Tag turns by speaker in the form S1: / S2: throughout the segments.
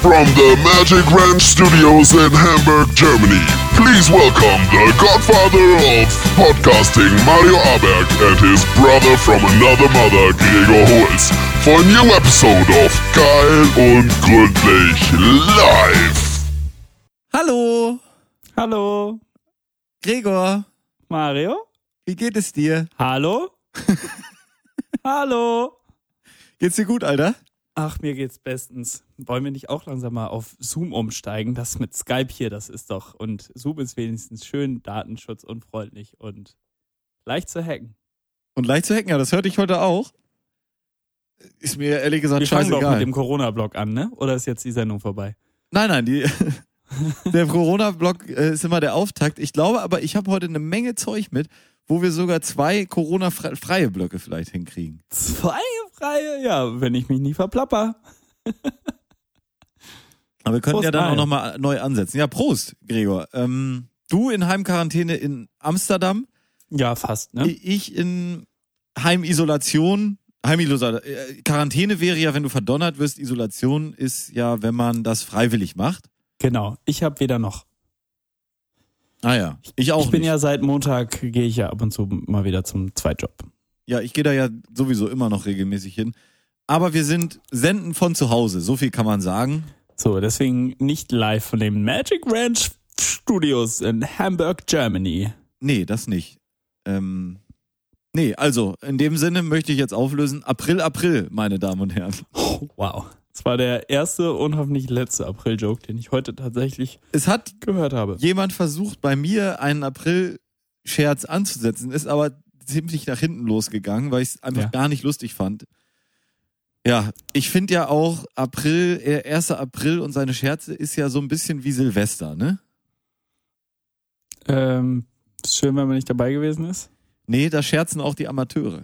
S1: From the Magic Ranch Studios in Hamburg, Germany, please welcome the godfather of podcasting, Mario Aberg, and his brother from another mother, Gregor Holz, for a new episode of Geil und Gründlich Live.
S2: Hallo,
S3: Hallo,
S2: Gregor,
S3: Mario?
S2: wie geht es dir?
S3: Hallo? Hallo?
S2: Geht's dir gut, Alter?
S3: Ach, mir geht's bestens. Wollen wir nicht auch langsam mal auf Zoom umsteigen? Das mit Skype hier, das ist doch. Und Zoom ist wenigstens schön datenschutzunfreundlich und leicht zu hacken.
S2: Und leicht zu hacken, ja, das hörte ich heute auch. Ist mir ehrlich gesagt
S3: Wir fangen doch mit
S2: scheißegal.
S3: dem Corona-Block an, ne? Oder ist jetzt die Sendung vorbei?
S2: Nein, nein, die, der Corona-Block äh, ist immer der Auftakt. Ich glaube aber, ich habe heute eine Menge Zeug mit, wo wir sogar zwei Corona-freie Blöcke vielleicht hinkriegen.
S3: Zwei freie? Ja, wenn ich mich nie verplapper.
S2: Aber wir könnten
S3: Prost,
S2: ja dann auch
S3: Mario.
S2: nochmal neu ansetzen. Ja, Prost, Gregor. Ähm, du in Heimquarantäne in Amsterdam,
S3: Ja, fast, ne?
S2: ich in Heimisolation. Heimisolation. äh, Quarantäne wäre ja, wenn du verdonnert wirst. Isolation ist ja, wenn man das freiwillig macht.
S3: Genau. Ich habe weder noch.
S2: Ah ja, ich auch
S3: ich bin
S2: nicht.
S3: ja seit Montag, gehe ich ja ab und zu mal wieder zum Zweitjob.
S2: Ja, ich gehe da ja sowieso immer noch regelmäßig hin. Aber wir sind senden von zu Hause, so viel kann man sagen.
S3: So, deswegen nicht live von den Magic Ranch Studios in Hamburg, Germany.
S2: Nee, das nicht. Ähm, nee, also in dem Sinne möchte ich jetzt auflösen. April, April, meine Damen und Herren.
S3: Oh, wow. Das war der erste und hoffentlich letzte April-Joke, den ich heute tatsächlich
S2: Es hat
S3: gehört habe.
S2: jemand versucht, bei mir einen April-Scherz anzusetzen, ist aber ziemlich nach hinten losgegangen, weil ich es einfach
S3: Ja.
S2: gar nicht lustig fand. Ja, ich finde ja auch April, äh, 1. April und seine Scherze ist ja so ein bisschen wie Silvester, ne?
S3: Ähm, ist schön, wenn man nicht dabei gewesen ist.
S2: Nee, da scherzen auch die Amateure.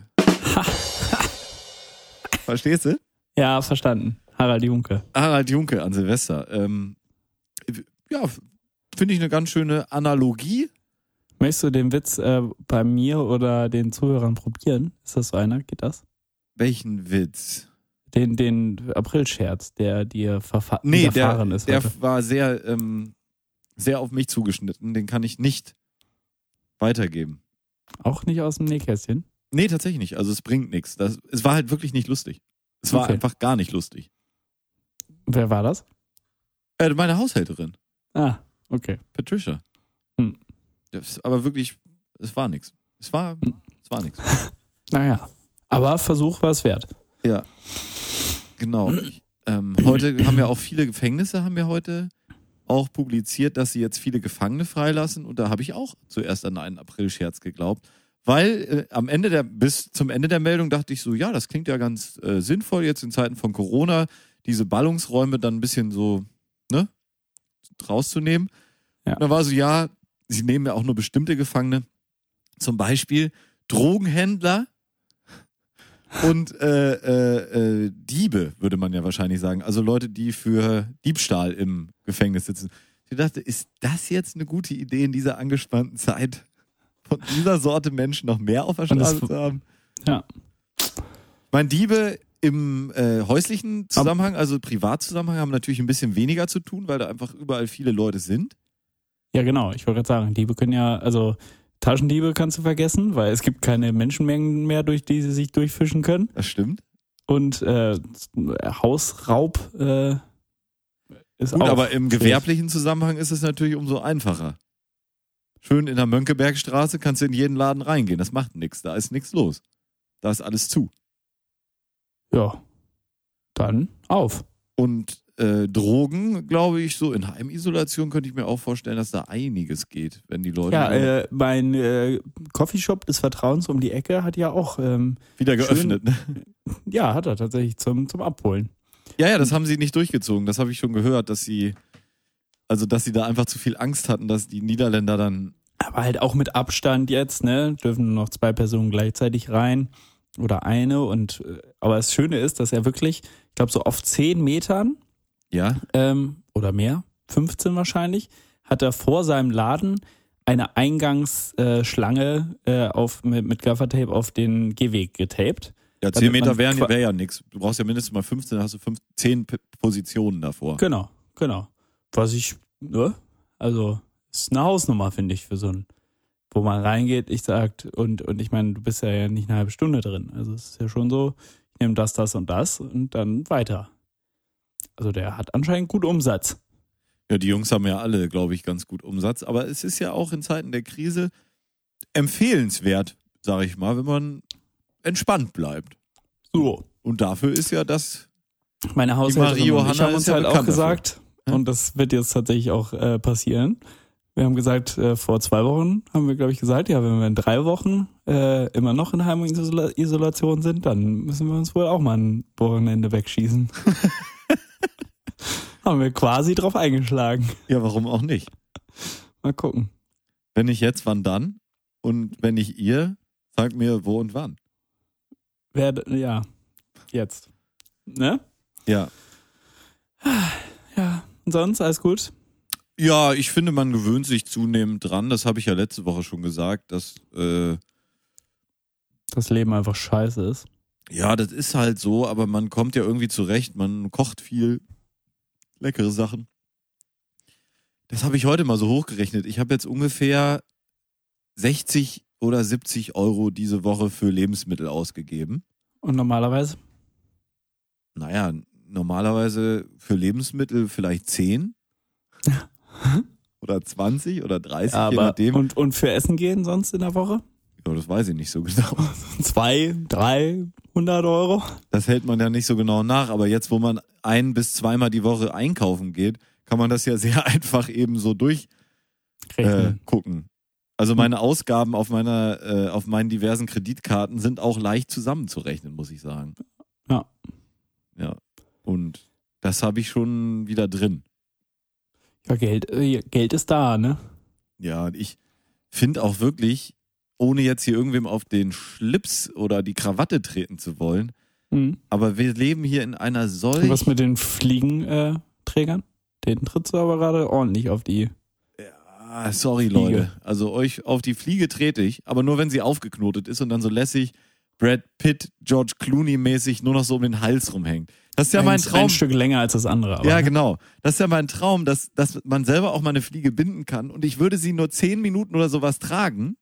S2: Verstehst du?
S3: Ja, verstanden. Harald Junke.
S2: Harald Junke an Silvester. Ähm, ja, finde ich eine ganz schöne Analogie.
S3: Möchtest du den Witz äh, bei mir oder den Zuhörern probieren? Ist das so einer? Geht das?
S2: Welchen Witz?
S3: Den, den April-Scherz, der dir verfa
S2: Nee, der,
S3: widerfahren ist
S2: der
S3: heute.
S2: war sehr, ähm, sehr auf mich zugeschnitten. Den kann ich nicht weitergeben.
S3: Auch nicht aus dem Nähkästchen.
S2: Nee, tatsächlich nicht. Also es bringt nichts. Das- Es war halt wirklich nicht lustig. Es war
S3: Okay.
S2: einfach gar nicht lustig.
S3: Wer war das?
S2: Äh, meine Haushälterin,
S3: Ah, okay.
S2: Patricia.
S3: Hm.
S2: Das, aber wirklich, es war nichts. Es war,
S3: Hm.
S2: es war nichts.
S3: Naja. Aber Versuch war es wert.
S2: Ja. Genau. Ich, ähm, heute haben ja auch viele Gefängnisse, haben wir heute auch publiziert, dass sie jetzt viele Gefangene freilassen. Und da habe ich auch zuerst an einen April-Scherz geglaubt. Weil äh, am Ende der, bis zum Ende der Meldung dachte ich so, ja, das klingt ja ganz äh, sinnvoll, jetzt in Zeiten von Corona diese Ballungsräume dann ein bisschen so, ne, rauszunehmen.
S3: Ja.
S2: Und da war so, ja, sie nehmen ja auch nur bestimmte Gefangene. Zum Beispiel Drogenhändler, und äh, äh, äh, Diebe, würde man ja wahrscheinlich sagen. Also Leute, die für Diebstahl im Gefängnis sitzen. Ich dachte, ist das jetzt eine gute Idee in dieser angespannten Zeit, von dieser Sorte Menschen noch mehr auf der
S3: Und das-
S2: Straße zu haben?
S3: Ja.
S2: Ich meine, Diebe im äh, häuslichen Zusammenhang, also Privatzusammenhang, haben natürlich ein bisschen weniger zu tun, weil da einfach überall viele Leute sind.
S3: Ja, genau. Ich wollte gerade sagen, Diebe können ja, also Taschendiebe kannst du vergessen, weil es gibt keine Menschenmengen mehr, durch die sie sich durchfischen können.
S2: Das stimmt.
S3: Und äh, Hausraub äh, ist
S2: Gut,
S3: auch.
S2: aber im gewerblichen Zusammenhang ist es natürlich umso einfacher. Schön in der Mönckebergstraße kannst du in jeden Laden reingehen. Das macht nichts. Da ist nichts los. Da ist alles zu.
S3: Ja. Dann auf.
S2: Und äh, Drogen, glaube ich, so in Heimisolation könnte ich mir auch vorstellen, dass da einiges geht, wenn die Leute
S3: Ja, äh, mein äh, Coffeeshop des Vertrauens um die Ecke hat ja auch, ähm,
S2: wieder geöffnet. Ne?
S3: ja, hat er tatsächlich zum, zum Abholen.
S2: Ja, ja, das haben sie nicht durchgezogen. Das habe ich schon gehört, dass sie, also dass sie da einfach zu viel Angst hatten, dass die Niederländer dann
S3: Aber halt auch mit Abstand jetzt, ne? Dürfen nur noch zwei Personen gleichzeitig rein oder eine. Und äh, aber das Schöne ist, dass er wirklich, ich glaube, so auf zehn Metern
S2: ja
S3: ähm, oder mehr, 15 wahrscheinlich, hat er vor seinem Laden eine äh, Eingangsschlange äh, auf, mit, mit Gaffertape auf den Gehweg getaped,
S2: Ja, 10
S3: Damit
S2: Meter
S3: man
S2: wären-
S3: qua-
S2: wäre wär ja nichts. Du brauchst ja mindestens mal 15, dann hast du 5, 10 P Positionen davor.
S3: Genau, genau. Was ich, ne? Also, ist eine Hausnummer, finde ich, für so ein, wo man reingeht, ich sagt, und, und ich meine, du bist ja nicht eine halbe Stunde drin. Also, es ist ja schon so, ich nehme das, das und das und dann weiter. Also, der hat anscheinend gut Umsatz.
S2: Ja, die Jungs haben ja alle, glaube ich, ganz gut Umsatz. Aber es ist ja auch in Zeiten der Krise empfehlenswert, sage ich mal, wenn man entspannt bleibt.
S3: So.
S2: Und dafür ist ja das
S3: Meine Haushälterin und
S2: Johanna
S3: ich haben
S2: ist
S3: uns
S2: ja
S3: halt auch
S2: bekannt dafür.
S3: gesagt,
S2: Ja.
S3: und das wird jetzt tatsächlich auch äh, passieren. Wir haben gesagt, äh, vor zwei Wochen haben wir, glaube ich, gesagt, ja, wenn wir in drei Wochen äh, immer noch in Heimisolation sind, dann müssen wir uns wohl auch mal ein Wochenende wegschießen. haben wir quasi drauf eingeschlagen.
S2: Ja, warum auch nicht?
S3: Mal gucken.
S2: Wenn nicht jetzt, wann dann? Und wenn nicht ihr, sagt mir wo und wann.
S3: Wer, ja, jetzt. Ne?
S2: Ja.
S3: Ja. Und sonst alles gut?
S2: Ja, ich finde, man gewöhnt sich zunehmend dran. Das habe ich ja letzte Woche schon gesagt, dass äh,
S3: Das Leben einfach scheiße ist.
S2: ja, das ist halt so, aber man kommt ja irgendwie zurecht. Man kocht viel, leckere Sachen. Das habe ich heute mal so hochgerechnet. Ich habe jetzt ungefähr 60 oder 70 Euro diese Woche für Lebensmittel ausgegeben.
S3: Und normalerweise?
S2: Naja, normalerweise für Lebensmittel vielleicht 10 oder 20 oder 30, je nachdem.
S3: und, und für Essen gehen sonst in der Woche?
S2: Ja, das weiß ich nicht so genau.
S3: zwei, drei, hundert Euro.
S2: Das hält man ja nicht so genau nach, aber jetzt, wo man ein- bis zweimal die Woche einkaufen geht, kann man das ja sehr einfach eben so durchgucken. Äh, gucken. also meine Ausgaben auf meiner, äh, auf meinen diversen Kreditkarten sind auch leicht zusammenzurechnen, muss ich sagen.
S3: Ja.
S2: Ja. Und das habe ich schon wieder drin.
S3: ja, Geld, äh, Geld ist da, ne?
S2: Ja, und ich finde auch wirklich, ohne jetzt hier irgendwem auf den Schlips oder die Krawatte treten zu wollen,
S3: Mhm.
S2: aber wir leben hier in einer solch...
S3: Und was mit den Fliegenträgern? Äh, Den trittst du aber gerade ordentlich auf die.
S2: Ah, sorry,
S3: Fliege.
S2: Leute. Also euch auf die Fliege trete ich, aber nur wenn sie aufgeknotet ist und dann so lässig Brad Pitt, George Clooney mäßig nur noch so um den Hals rumhängt. Das ist ja
S3: ein, ne?
S2: mein
S3: ein
S2: Traum.
S3: Stück länger als das andere. Aber,
S2: Ja, genau. Das ist ja mein Traum, dass, dass man selber auch mal eine Fliege binden kann und ich würde sie nur zehn Minuten oder sowas tragen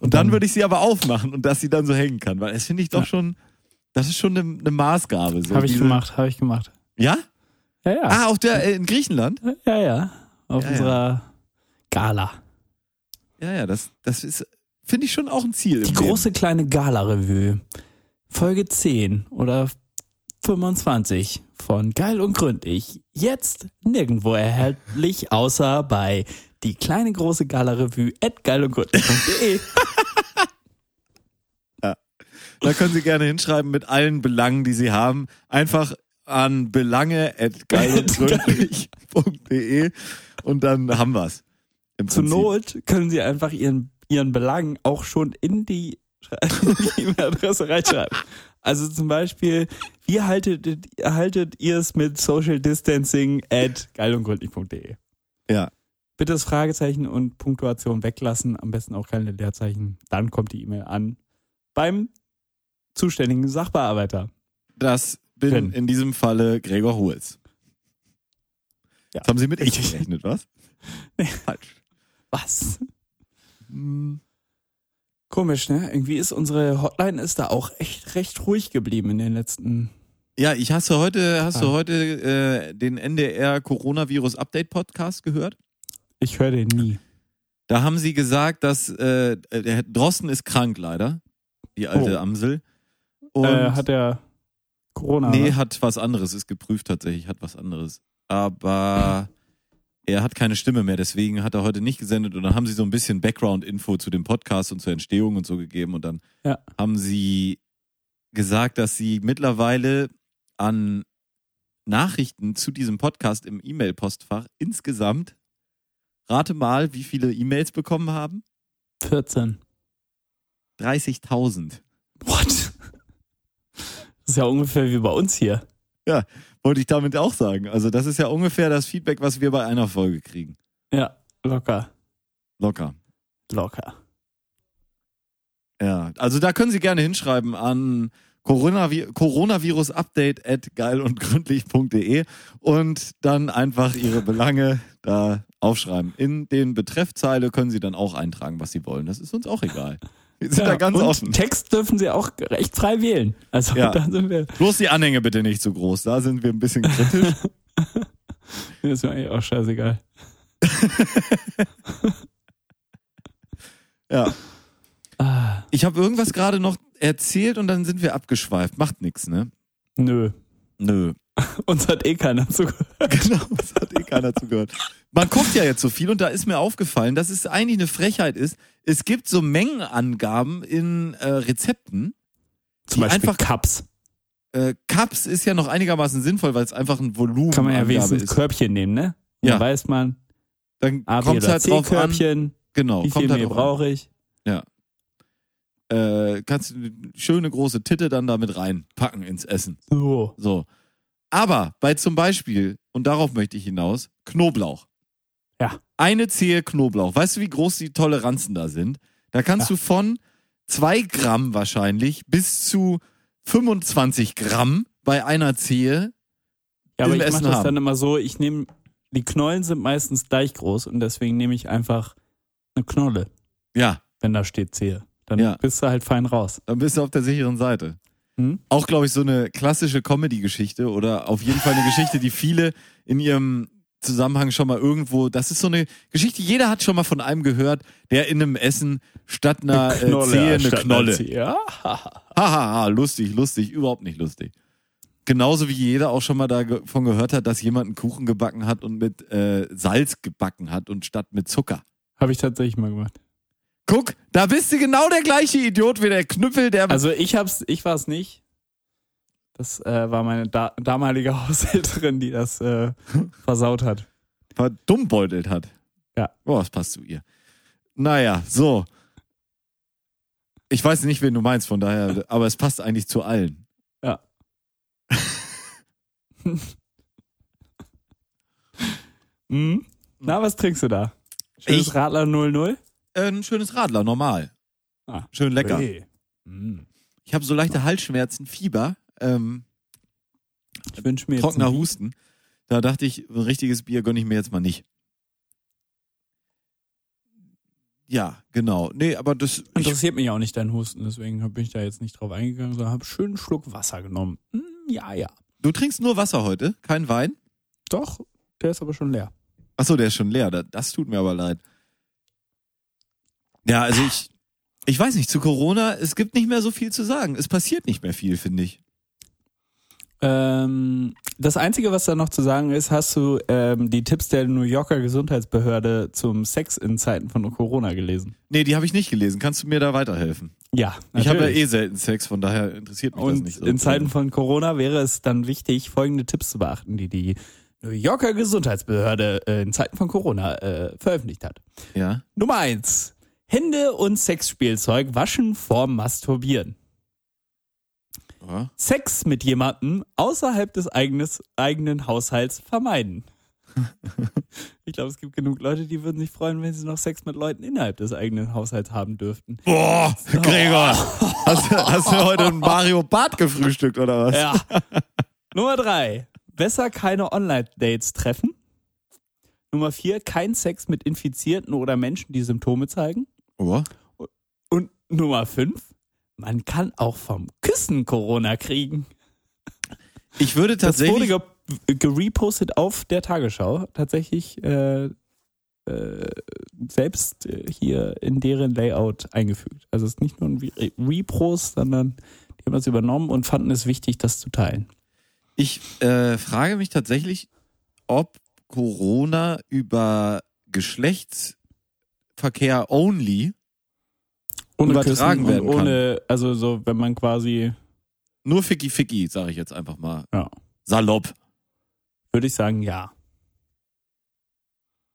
S2: und dann,
S3: Dann-
S2: würde ich sie aber aufmachen und dass sie dann so hängen kann, weil das finde ich doch
S3: Ja.
S2: schon, das ist schon eine, eine Maßgabe. So genau,
S3: Habe ich
S2: diese-
S3: gemacht, habe ich gemacht.
S2: Ja?
S3: Ja, ja.
S2: Ah, auf der, äh, in Griechenland?
S3: Ja, ja. Auf
S2: Ja, ja.
S3: unserer Gala.
S2: Ja, ja, das, das ist, finde ich schon auch ein Ziel.
S3: Die
S2: im Leben.
S3: große kleine Gala-Revue. Folge 10 oder 25 von Geil und Gründlich. Jetzt nirgendwo erhältlich, außer bei die kleine große Gala-Revue at geilundgründlich.de.
S2: Da können Sie gerne hinschreiben mit allen Belangen, die Sie haben. Einfach an belange.geilundgründlich.de und dann haben wir's. Im
S3: Zur
S2: Prinzip.
S3: Not können Sie einfach Ihren, Ihren Belang auch schon in die Schrei- in die E-Mail-Adresse reinschreiben. Also zum Beispiel, wie haltet, haltet ihr es mit Social Distancing at geilundgründlich.de?
S2: Ja.
S3: Bitte das Fragezeichen und Punktuation weglassen, am besten auch keine Leerzeichen. Dann kommt die E-Mail an beim zuständigen Sachbearbeiter.
S2: Das bin
S3: Wenn.
S2: in diesem Falle Gregor Holz.
S3: Ja.
S2: Das haben Sie mit echt
S3: Richtig.
S2: gerechnet, was?
S3: Nee.
S2: Falsch.
S3: Was?
S2: Hm,
S3: Komisch, ne? Irgendwie ist unsere Hotline ist da auch echt recht ruhig geblieben in den letzten.
S2: Ja, ich hast du heute, hast du
S3: Ah.
S2: heute äh, den NDR Coronavirus Update Podcast gehört?
S3: Ich höre den nie.
S2: Da haben sie gesagt, dass äh, der Herr Drosten ist krank leider, die alte
S3: Oh.
S2: Amsel. Und
S3: äh, hat er Corona?
S2: Nee,
S3: ne?
S2: hat was anderes, ist geprüft tatsächlich, hat was anderes. Aber er hat keine Stimme mehr, deswegen hat er heute nicht gesendet und dann haben sie so ein bisschen Background-Info zu dem Podcast und zur Entstehung und so gegeben und dann
S3: Ja.
S2: haben sie gesagt, dass sie mittlerweile an Nachrichten zu diesem Podcast im E-Mail-Postfach insgesamt, rate mal, wie viele E-Mails bekommen haben?
S3: 14.
S2: 30.000.
S3: What? Das ist ja ungefähr wie bei uns hier.
S2: Wollte ich damit auch sagen. Also das ist ja ungefähr das Feedback, was wir bei einer Folge kriegen.
S3: Ja, locker.
S2: Locker.
S3: Locker.
S2: Ja, also da können Sie gerne hinschreiben an Coronavi- Coronavirus-Update at geil und gründlich.de und dann einfach Ihre Belange da aufschreiben. In den Betreffzeile können Sie dann auch eintragen, was Sie wollen. Das ist uns auch egal. Wir sind da ganz
S3: und
S2: offen.
S3: Text dürfen sie auch recht frei wählen. Also
S2: Ja.
S3: da sind wir.
S2: Bloß die Anhänge bitte nicht zu groß. Da sind wir ein bisschen kritisch.
S3: Das ist mir eigentlich auch scheißegal.
S2: ja.
S3: Ah,
S2: Ich habe irgendwas gerade noch erzählt und dann sind wir abgeschweift. Macht nichts, ne?
S3: nö.
S2: Nö.
S3: Uns hat eh keiner zugehört.
S2: Genau, das hat eh keiner zugehört. Man guckt ja jetzt so viel und da ist mir aufgefallen, dass es eigentlich eine Frechheit ist. Es gibt so Mengenangaben in äh, Rezepten.
S3: Zum Beispiel
S2: einfach-
S3: Cups.
S2: Äh, Cups ist ja noch einigermaßen sinnvoll, weil es einfach ein Volumen
S3: Kann man ja wenigstens
S2: ist.
S3: Körbchen nehmen, ne?
S2: Ja.
S3: Dann weiß man,
S2: Dann
S3: A, B
S2: kommt
S3: oder
S2: halt
S3: C
S2: drauf an.
S3: Körbchen,
S2: Genau,
S3: wie viel
S2: kommt halt
S3: mehr
S2: drauf an.
S3: brauche ich.
S2: Äh, kannst du eine schöne große Titte dann damit reinpacken ins Essen.
S3: So.
S2: So. Aber bei zum Beispiel, und darauf möchte ich hinaus, Knoblauch.
S3: Ja.
S2: Eine Zehe Knoblauch. Weißt du, wie groß die Toleranzen da sind? Da kannst
S3: Ja.
S2: du von 2 Gramm wahrscheinlich bis zu 25 Gramm bei einer Zehe.
S3: Ja,
S2: Im
S3: aber ich mache
S2: Essen
S3: das
S2: haben.
S3: dann immer so, ich nehme, die Knollen sind meistens gleich groß und deswegen nehme ich einfach eine Knolle,
S2: Ja,
S3: wenn da steht Zehe. Dann
S2: Ja.
S3: bist du halt fein raus.
S2: dann bist du auf der sicheren Seite.
S3: Hm?
S2: Auch, glaube ich, so eine klassische Comedy-Geschichte oder auf jeden Fall eine Geschichte, die viele in ihrem Zusammenhang schon mal irgendwo, das ist so eine Geschichte, jeder hat schon mal von einem gehört, der in einem Essen statt einer äh, Zehe eine
S3: anstatt einer
S2: Knolle
S3: Zehe. Ja.
S2: Hahaha, lustig, lustig, überhaupt nicht lustig. Genauso wie jeder auch schon mal davon gehört hat, dass jemand einen Kuchen gebacken hat und mit äh, Salz gebacken hat und statt mit Zucker.
S3: Habe ich tatsächlich mal gemacht.
S2: Guck, da bist du genau der gleiche Idiot wie der Knüppel, der.
S3: Also ich hab's, ich war's nicht. Das äh, war meine da damalige Haushälterin, die das äh, versaut hat.
S2: verdummbeutelt hat.
S3: Ja.
S2: Oh, das passt zu ihr. Naja, so. Ich weiß nicht, wen du meinst, von daher, aber es passt eigentlich zu allen.
S3: Ja. Hm? Na, was trinkst du da? Schönes
S2: Ich-
S3: Radler 00?
S2: Äh, Ein schönes Radler, normal.
S3: Ah.
S2: Schön lecker.
S3: Hey. Hm.
S2: Ich habe so leichte Halsschmerzen, Fieber, ähm,
S3: Ich wünsch mir jetzt
S2: trockener
S3: ein-
S2: Husten. Da dachte ich, ein richtiges Bier gönne ich mir jetzt mal nicht. Ja, genau. Nee, aber das. Ich,
S3: Interessiert mich auch nicht dein Husten, deswegen hab- bin ich da jetzt nicht drauf eingegangen, sondern habe schön einen Schluck Wasser genommen. Hm, ja, ja.
S2: du trinkst nur Wasser heute, kein Wein.
S3: Doch, der ist aber schon leer.
S2: Achso, der ist schon leer. Da- Das tut mir aber leid. Ja, also ich, ich weiß nicht, zu Corona, es gibt nicht mehr so viel zu sagen. Es passiert nicht mehr viel, finde ich.
S3: Ähm, das Einzige, was da noch zu sagen ist, hast du ähm, die Tipps der New Yorker Gesundheitsbehörde zum Sex in Zeiten von Corona gelesen?
S2: Nee, die habe ich nicht gelesen. Kannst du mir da weiterhelfen?
S3: Ja,
S2: Ich habe ja eh selten Sex, von daher interessiert mich das
S3: Und
S2: nicht so.
S3: in Zeiten von Corona wäre es dann wichtig, folgende Tipps zu beachten, die die New Yorker Gesundheitsbehörde äh, in Zeiten von Corona äh, veröffentlicht hat.
S2: Ja.
S3: Nummer eins: Hände und Sexspielzeug waschen vor Masturbieren.
S2: ja.
S3: Sex mit jemandem außerhalb des eigenes, eigenen Haushalts vermeiden. Ich glaube, es gibt genug Leute, die würden sich freuen, wenn sie noch Sex mit Leuten innerhalb des eigenen Haushalts haben dürften. Oh.
S2: Boah, Gregor, hast, du- hast du heute einen Mario Bart gefrühstückt oder was?
S3: Ja. Nummer drei. Besser keine Online-Dates treffen. Nummer vier. Kein Sex mit Infizierten oder Menschen, die Symptome zeigen.
S2: Boah.
S3: Und Nummer fünf. Man kann auch vom Küssen Corona kriegen.
S2: Ich würde
S3: Das
S2: tatsächlich.
S3: wurde ge- gerepostet auf der Tagesschau. Tatsächlich äh, äh, selbst äh, hier in deren Layout eingefügt. Also es ist nicht nur ein Re- Repost, sondern die haben das übernommen und fanden es wichtig, das zu teilen.
S2: Ich äh, frage mich tatsächlich, ob Corona über Geschlechtsverkehr only
S3: ohne
S2: übertragen
S3: Küssen
S2: werden
S3: und ohne, also so, wenn man quasi,
S2: Nur Ficky Ficky, sage ich jetzt einfach mal.
S3: Ja.
S2: Salopp.
S3: würde ich sagen, ja.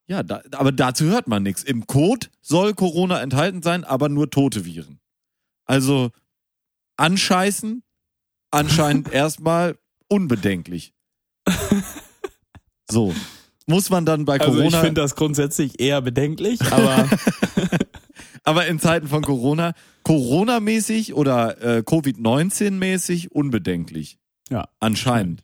S2: Ja, da, aber dazu hört man nichts. Im Code soll Corona enthalten sein, aber nur tote Viren. Also anscheißen, anscheinend erstmal unbedenklich. So. Muss man dann bei
S3: Also ich
S2: Corona.
S3: finde das grundsätzlich eher bedenklich, aber
S2: aber in Zeiten von Corona Corona-mäßig oder äh, Covid-19-mäßig unbedenklich.
S3: Ja.
S2: Anscheinend.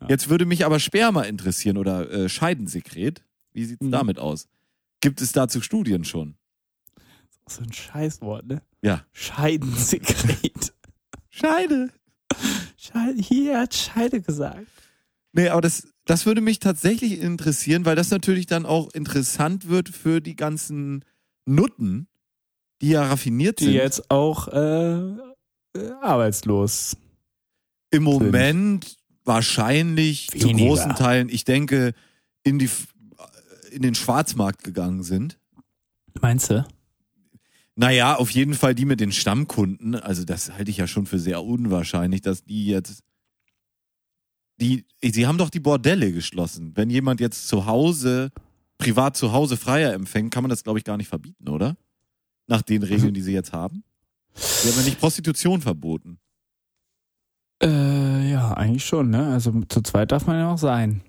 S3: Ja.
S2: Jetzt würde mich aber Sperma interessieren oder äh, Scheidensekret. Wie sieht's
S3: Mhm.
S2: damit aus? Gibt es dazu Studien schon?
S3: So ein Scheißwort, ne?
S2: Ja.
S3: Scheidensekret.
S2: Scheide.
S3: Scheide, hier hat Scheide gesagt.
S2: Nee, aber das, das würde mich tatsächlich interessieren, weil das natürlich dann auch interessant wird für die ganzen Nutten, die ja raffiniert
S3: Die
S2: sind.
S3: jetzt auch äh, äh, arbeitslos.
S2: Im Moment wahrscheinlich zu
S3: Weniger.
S2: großen Teilen, ich denke, in, die, F- in den Schwarzmarkt gegangen sind.
S3: Meinst du?
S2: Naja, auf jeden Fall die mit den Stammkunden. Also das halte ich ja schon für sehr unwahrscheinlich, dass die jetzt... Die, sie haben doch die Bordelle geschlossen. Wenn jemand jetzt zu Hause, privat zu Hause Freier empfängt, kann man das, glaube ich, gar nicht verbieten, oder? Nach den Regeln, die sie jetzt haben. Sie haben ja nicht Prostitution verboten.
S3: Äh, ja, eigentlich schon, ne? Also zu zweit darf man ja auch sein.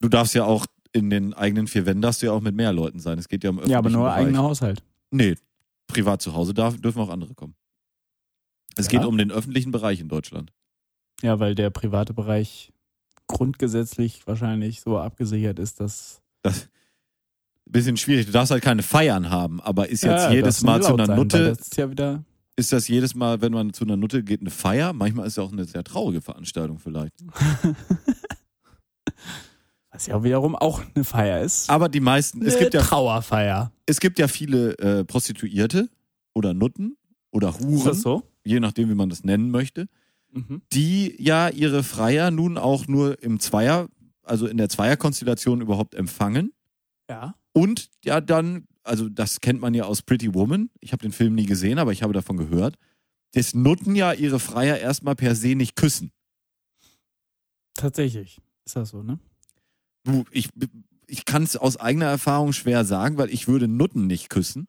S2: Du darfst ja auch in den eigenen vier Wänden darfst du ja auch mit mehr Leuten sein. Es geht ja um
S3: Ja, aber
S2: öffentlichen
S3: nur
S2: Bereich.
S3: eigener Haushalt.
S2: Nee, privat zu Hause darf, dürfen auch andere kommen. Es
S3: Ja.
S2: geht um den öffentlichen Bereich in Deutschland.
S3: Ja, weil der private Bereich grundgesetzlich wahrscheinlich so abgesichert ist, dass.
S2: Bisschen schwierig. Du darfst halt keine Feiern haben, aber ist jetzt
S3: Ja,
S2: jedes
S3: darfst du
S2: Mal
S3: nicht
S2: zu
S3: äh, laut
S2: einer
S3: sein, weil
S2: Nutte,
S3: Das ist ja wieder.
S2: ist das jedes Mal, wenn man zu einer Nutte geht, eine Feier? Manchmal ist ja auch eine sehr traurige Veranstaltung vielleicht.
S3: Was ja wiederum auch eine Feier ist.
S2: Aber die meisten, Ah, es
S3: Eine
S2: gibt ja,
S3: Trauerfeier.
S2: es gibt ja viele äh, Prostituierte oder Nutten oder
S3: Ist das
S2: Huren,
S3: so?
S2: je nachdem, wie man das nennen möchte.
S3: Mhm.
S2: die ja ihre Freier nun auch nur im Zweier, also in der Zweierkonstellation überhaupt empfangen.
S3: Ja.
S2: Und ja dann, also das kennt man ja aus Pretty Woman, ich habe den Film nie gesehen, aber ich habe davon gehört, dass Nutten ja ihre Freier erstmal per se nicht küssen.
S3: Tatsächlich. Ist das so, ne?
S2: Du, Ich, ich kann es aus eigener Erfahrung schwer sagen, weil ich würde Nutten nicht küssen.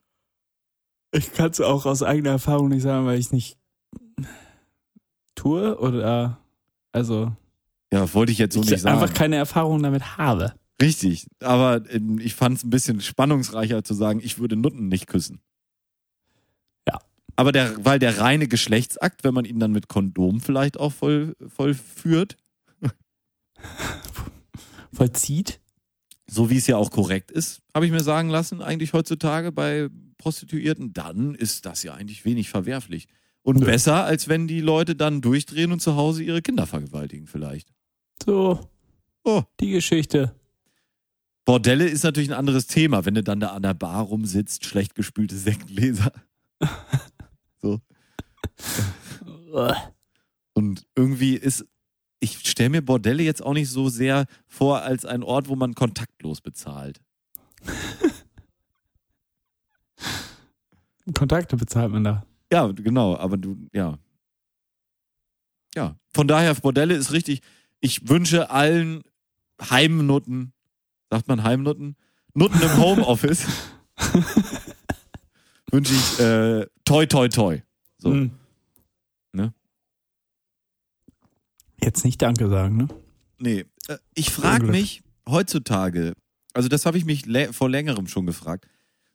S3: Ich kann es auch aus eigener Erfahrung nicht sagen, weil ich nicht tue oder also
S2: Ja, wollte ich jetzt so
S3: ich
S2: nicht sagen.
S3: einfach keine Erfahrung damit habe.
S2: Richtig, aber ähm, ich fand es ein bisschen spannungsreicher zu sagen, ich würde Nutten nicht küssen.
S3: Ja.
S2: Aber der, weil der reine Geschlechtsakt, wenn man ihn dann mit Kondom vielleicht auch voll, vollführt,
S3: Vollzieht?
S2: so wie es ja auch korrekt ist, habe ich mir sagen lassen, eigentlich heutzutage bei Prostituierten, dann ist das ja eigentlich wenig verwerflich. Und
S3: Nö.
S2: besser, als wenn die Leute dann durchdrehen und zu Hause ihre Kinder vergewaltigen vielleicht.
S3: So.
S2: Oh.
S3: Die Geschichte.
S2: Bordelle ist natürlich ein anderes Thema, wenn du dann da an der Bar rumsitzt, schlecht gespülte Sektgläser. Und irgendwie ist, ich stelle mir Bordelle jetzt auch nicht so sehr vor als ein Ort, wo man kontaktlos bezahlt.
S3: Kontakte bezahlt man da.
S2: Ja, genau, aber du, ja. Ja, von daher, Bordelle ist richtig. Ich wünsche allen Heimnutten, sagt man Heimnutten? Nutten im Homeoffice. wünsche ich äh, toi, toi, toi. So.
S3: Hm.
S2: Ne?
S3: Jetzt nicht Danke sagen, ne?
S2: Nee, äh, ich frage
S3: Unglück.
S2: mich heutzutage, also das habe ich mich lä- vor längerem schon gefragt,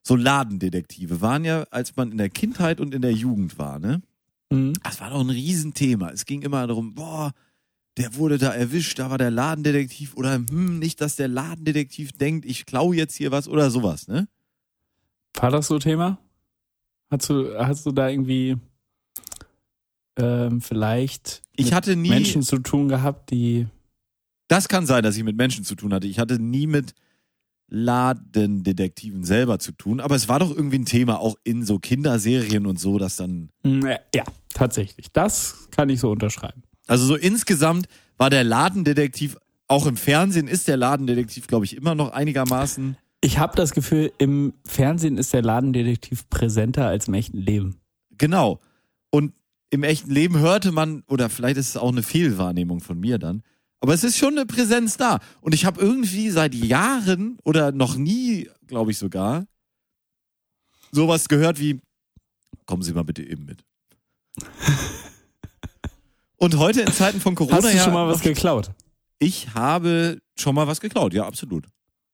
S2: so Ladendetektive waren ja, als man in der Kindheit und in der Jugend war, ne?
S3: Mhm.
S2: Das war doch ein Riesenthema. Es ging immer darum, boah, der wurde da erwischt, da war der Ladendetektiv oder hm, nicht, dass der Ladendetektiv denkt, ich klau jetzt hier was oder sowas, ne?
S3: War das so Thema? Hast du, hast du da irgendwie ähm, vielleicht
S2: Ich
S3: mit
S2: hatte nie,
S3: Menschen zu tun gehabt, die
S2: das kann sein, dass ich mit Menschen zu tun hatte. Ich hatte nie mit Ladendetektiven selber zu tun, aber es war doch irgendwie ein Thema, auch in so Kinderserien und so, dass dann
S3: Mm, äh, Ja, tatsächlich. Das kann ich so unterschreiben.
S2: Also so insgesamt war der Ladendetektiv, auch im Fernsehen ist der Ladendetektiv, glaube ich, immer noch einigermaßen.
S3: Ich habe das Gefühl, im Fernsehen ist der Ladendetektiv präsenter als im echten Leben.
S2: Genau. Und im echten Leben hörte man, oder vielleicht ist es auch eine Fehlwahrnehmung von mir dann, aber es ist schon eine Präsenz da. Und ich habe irgendwie seit Jahren oder noch nie, glaube ich sogar, sowas gehört wie, kommen Sie mal bitte eben mit. Und heute in Zeiten von Corona
S3: Hast du
S2: ja,
S3: schon mal was geklaut?
S2: ich habe schon mal was geklaut, ja absolut.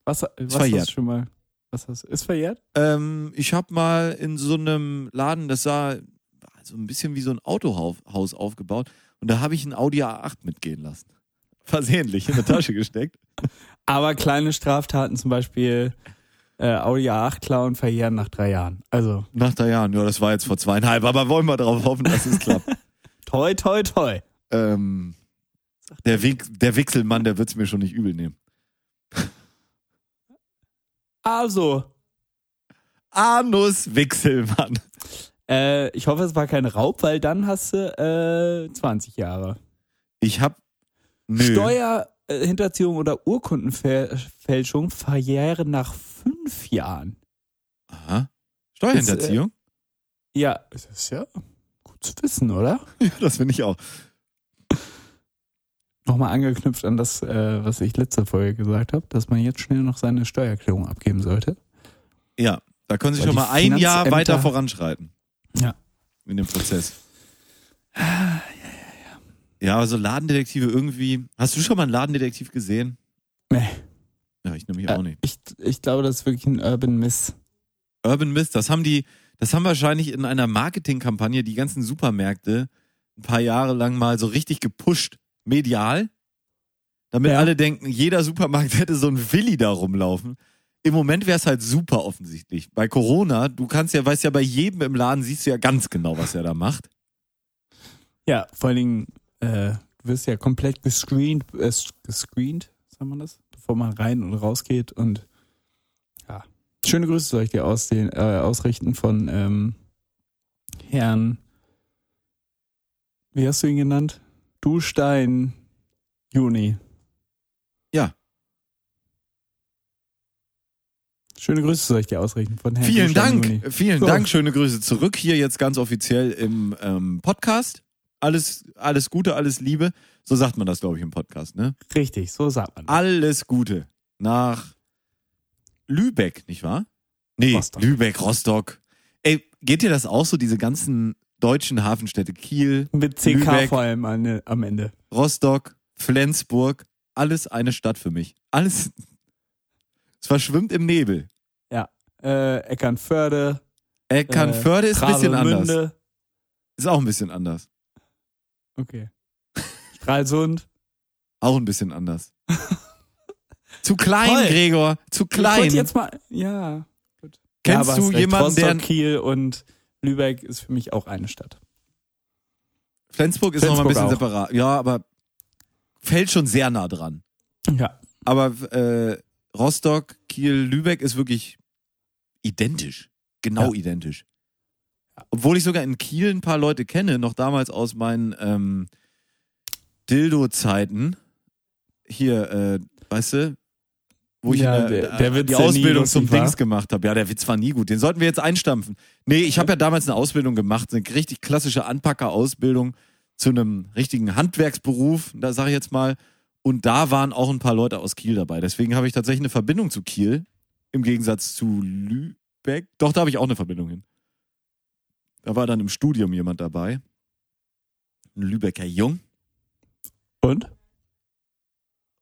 S3: Was, was
S2: verjährt.
S3: hast du schon mal? Was hast du? Ist verjährt?
S2: Ähm, ich habe mal in so einem Laden, das sah so ein bisschen wie so ein Autohaus aufgebaut, und da habe ich einen Audi A8 mitgehen lassen. Versehentlich in der Tasche gesteckt.
S3: Aber kleine Straftaten, zum Beispiel äh, Audi A8 klauen, verjähren nach drei Jahren. Also
S2: Nach drei Jahren, ja, das war jetzt vor zweieinhalb, aber wollen wir drauf hoffen, dass es klappt.
S3: toi, toi, toi.
S2: ähm, der, Wix, der Wichselmann, der wird's mir schon nicht übel nehmen.
S3: Also,
S2: Anus Wichselmann.
S3: äh, ich hoffe, es war kein Raub, weil dann hast du äh, 20 Jahre.
S2: Ich hab. Nö.
S3: Steuerhinterziehung oder Urkundenfälschung verjähren nach fünf Jahren.
S2: Aha. Steuerhinterziehung?
S3: Ja, das ist ja gut zu wissen, oder?
S2: ja, das finde ich auch.
S3: Nochmal angeknüpft an das, äh, was ich letzte Folge gesagt habe, dass man jetzt schnell noch seine Steuererklärung abgeben sollte.
S2: Ja, da können Sie
S3: Weil
S2: schon
S3: die
S2: mal ein Jahr
S3: Finanzämter-
S2: weiter voranschreiten.
S3: Ja.
S2: In dem Prozess. Ja, also Ladendetektive irgendwie. Hast du schon mal einen Ladendetektiv gesehen?
S3: Nee.
S2: Ja, ich nämlich
S3: Äh,
S2: auch nicht.
S3: Ich, ich glaube, das ist wirklich ein Urban Miss.
S2: Urban Mist, das haben die, das haben wahrscheinlich in einer Marketingkampagne die ganzen Supermärkte ein paar Jahre lang mal so richtig gepusht, medial, damit
S3: Ja.
S2: alle denken, jeder Supermarkt hätte so ein Willi da rumlaufen. Im Moment wäre es halt super offensichtlich. Bei Corona, du kannst ja, weißt ja, bei jedem im Laden siehst du ja ganz genau, was er da macht.
S3: Ja, vor allen Dingen, äh, du wirst ja komplett gescreent, äh, gescreent, sagt man das, bevor man rein und raus geht und ja. Schöne Grüße soll ich dir aus den, äh, ausrichten von ähm, Herrn, wie hast du ihn genannt? Du Stein Juni.
S2: Ja.
S3: Schöne Grüße soll ich dir ausrichten von Herrn
S2: vielen
S3: Dustein Juni.
S2: Dank, vielen
S3: So.
S2: Dank, schöne Grüße zurück hier jetzt ganz offiziell im ähm, Podcast. Alles, alles Gute, alles Liebe. So sagt man das, glaube ich, im Podcast, ne?
S3: Richtig, so sagt man. das.
S2: alles Gute nach Lübeck, nicht wahr? Nee,
S3: Rostock.
S2: Lübeck, Rostock. Ey, geht dir das auch so, diese ganzen deutschen Hafenstädte? Kiel,
S3: Mit CK
S2: Lübeck.
S3: vor allem an, am Ende.
S2: Rostock, Flensburg, alles eine Stadt für mich. Alles. Es verschwimmt im Nebel.
S3: Äh, Eckernförde, äh,
S2: Eckernförde ist ein bisschen anders.
S3: Travemünde.
S2: Ist auch ein bisschen anders.
S3: Okay. Stralsund.
S2: Auch ein bisschen anders. Zu klein,
S3: Toll.
S2: Gregor. Zu
S3: Ich
S2: klein.
S3: wollte jetzt mal, ja. ja,
S2: Kennst
S3: aber hast
S2: du
S3: recht.
S2: jemanden,
S3: Rostock,
S2: der.
S3: Kiel und Lübeck ist für mich auch eine Stadt.
S2: Flensburg ist nochmal ein bisschen
S3: Flensburg auch.
S2: separat. Ja, aber fällt schon sehr nah dran.
S3: Ja.
S2: Aber äh, Rostock, Kiel, Lübeck ist wirklich identisch. Genau identisch. Obwohl ich sogar in Kiel ein paar Leute kenne, noch damals aus meinen ähm, Dildo-Zeiten. Hier, äh, weißt du, wo ich
S3: Ja,
S2: in der, äh,
S3: der- der Witz,
S2: die
S3: der nie
S2: Ausbildung zum
S3: lustig war.
S2: Dings gemacht habe. Ja, der Witz war nie gut. Den sollten wir jetzt einstampfen. Nee, ich habe ja damals eine Ausbildung gemacht, eine richtig klassische Anpacker-Ausbildung zu einem richtigen Handwerksberuf, da sage ich jetzt mal. Und da waren auch ein paar Leute aus Kiel dabei. Deswegen habe ich tatsächlich eine Verbindung zu Kiel, im Gegensatz zu Lübeck. Doch, da habe ich auch eine Verbindung hin. Da war dann im Studium jemand dabei. Ein Lübecker Jung.
S3: Und?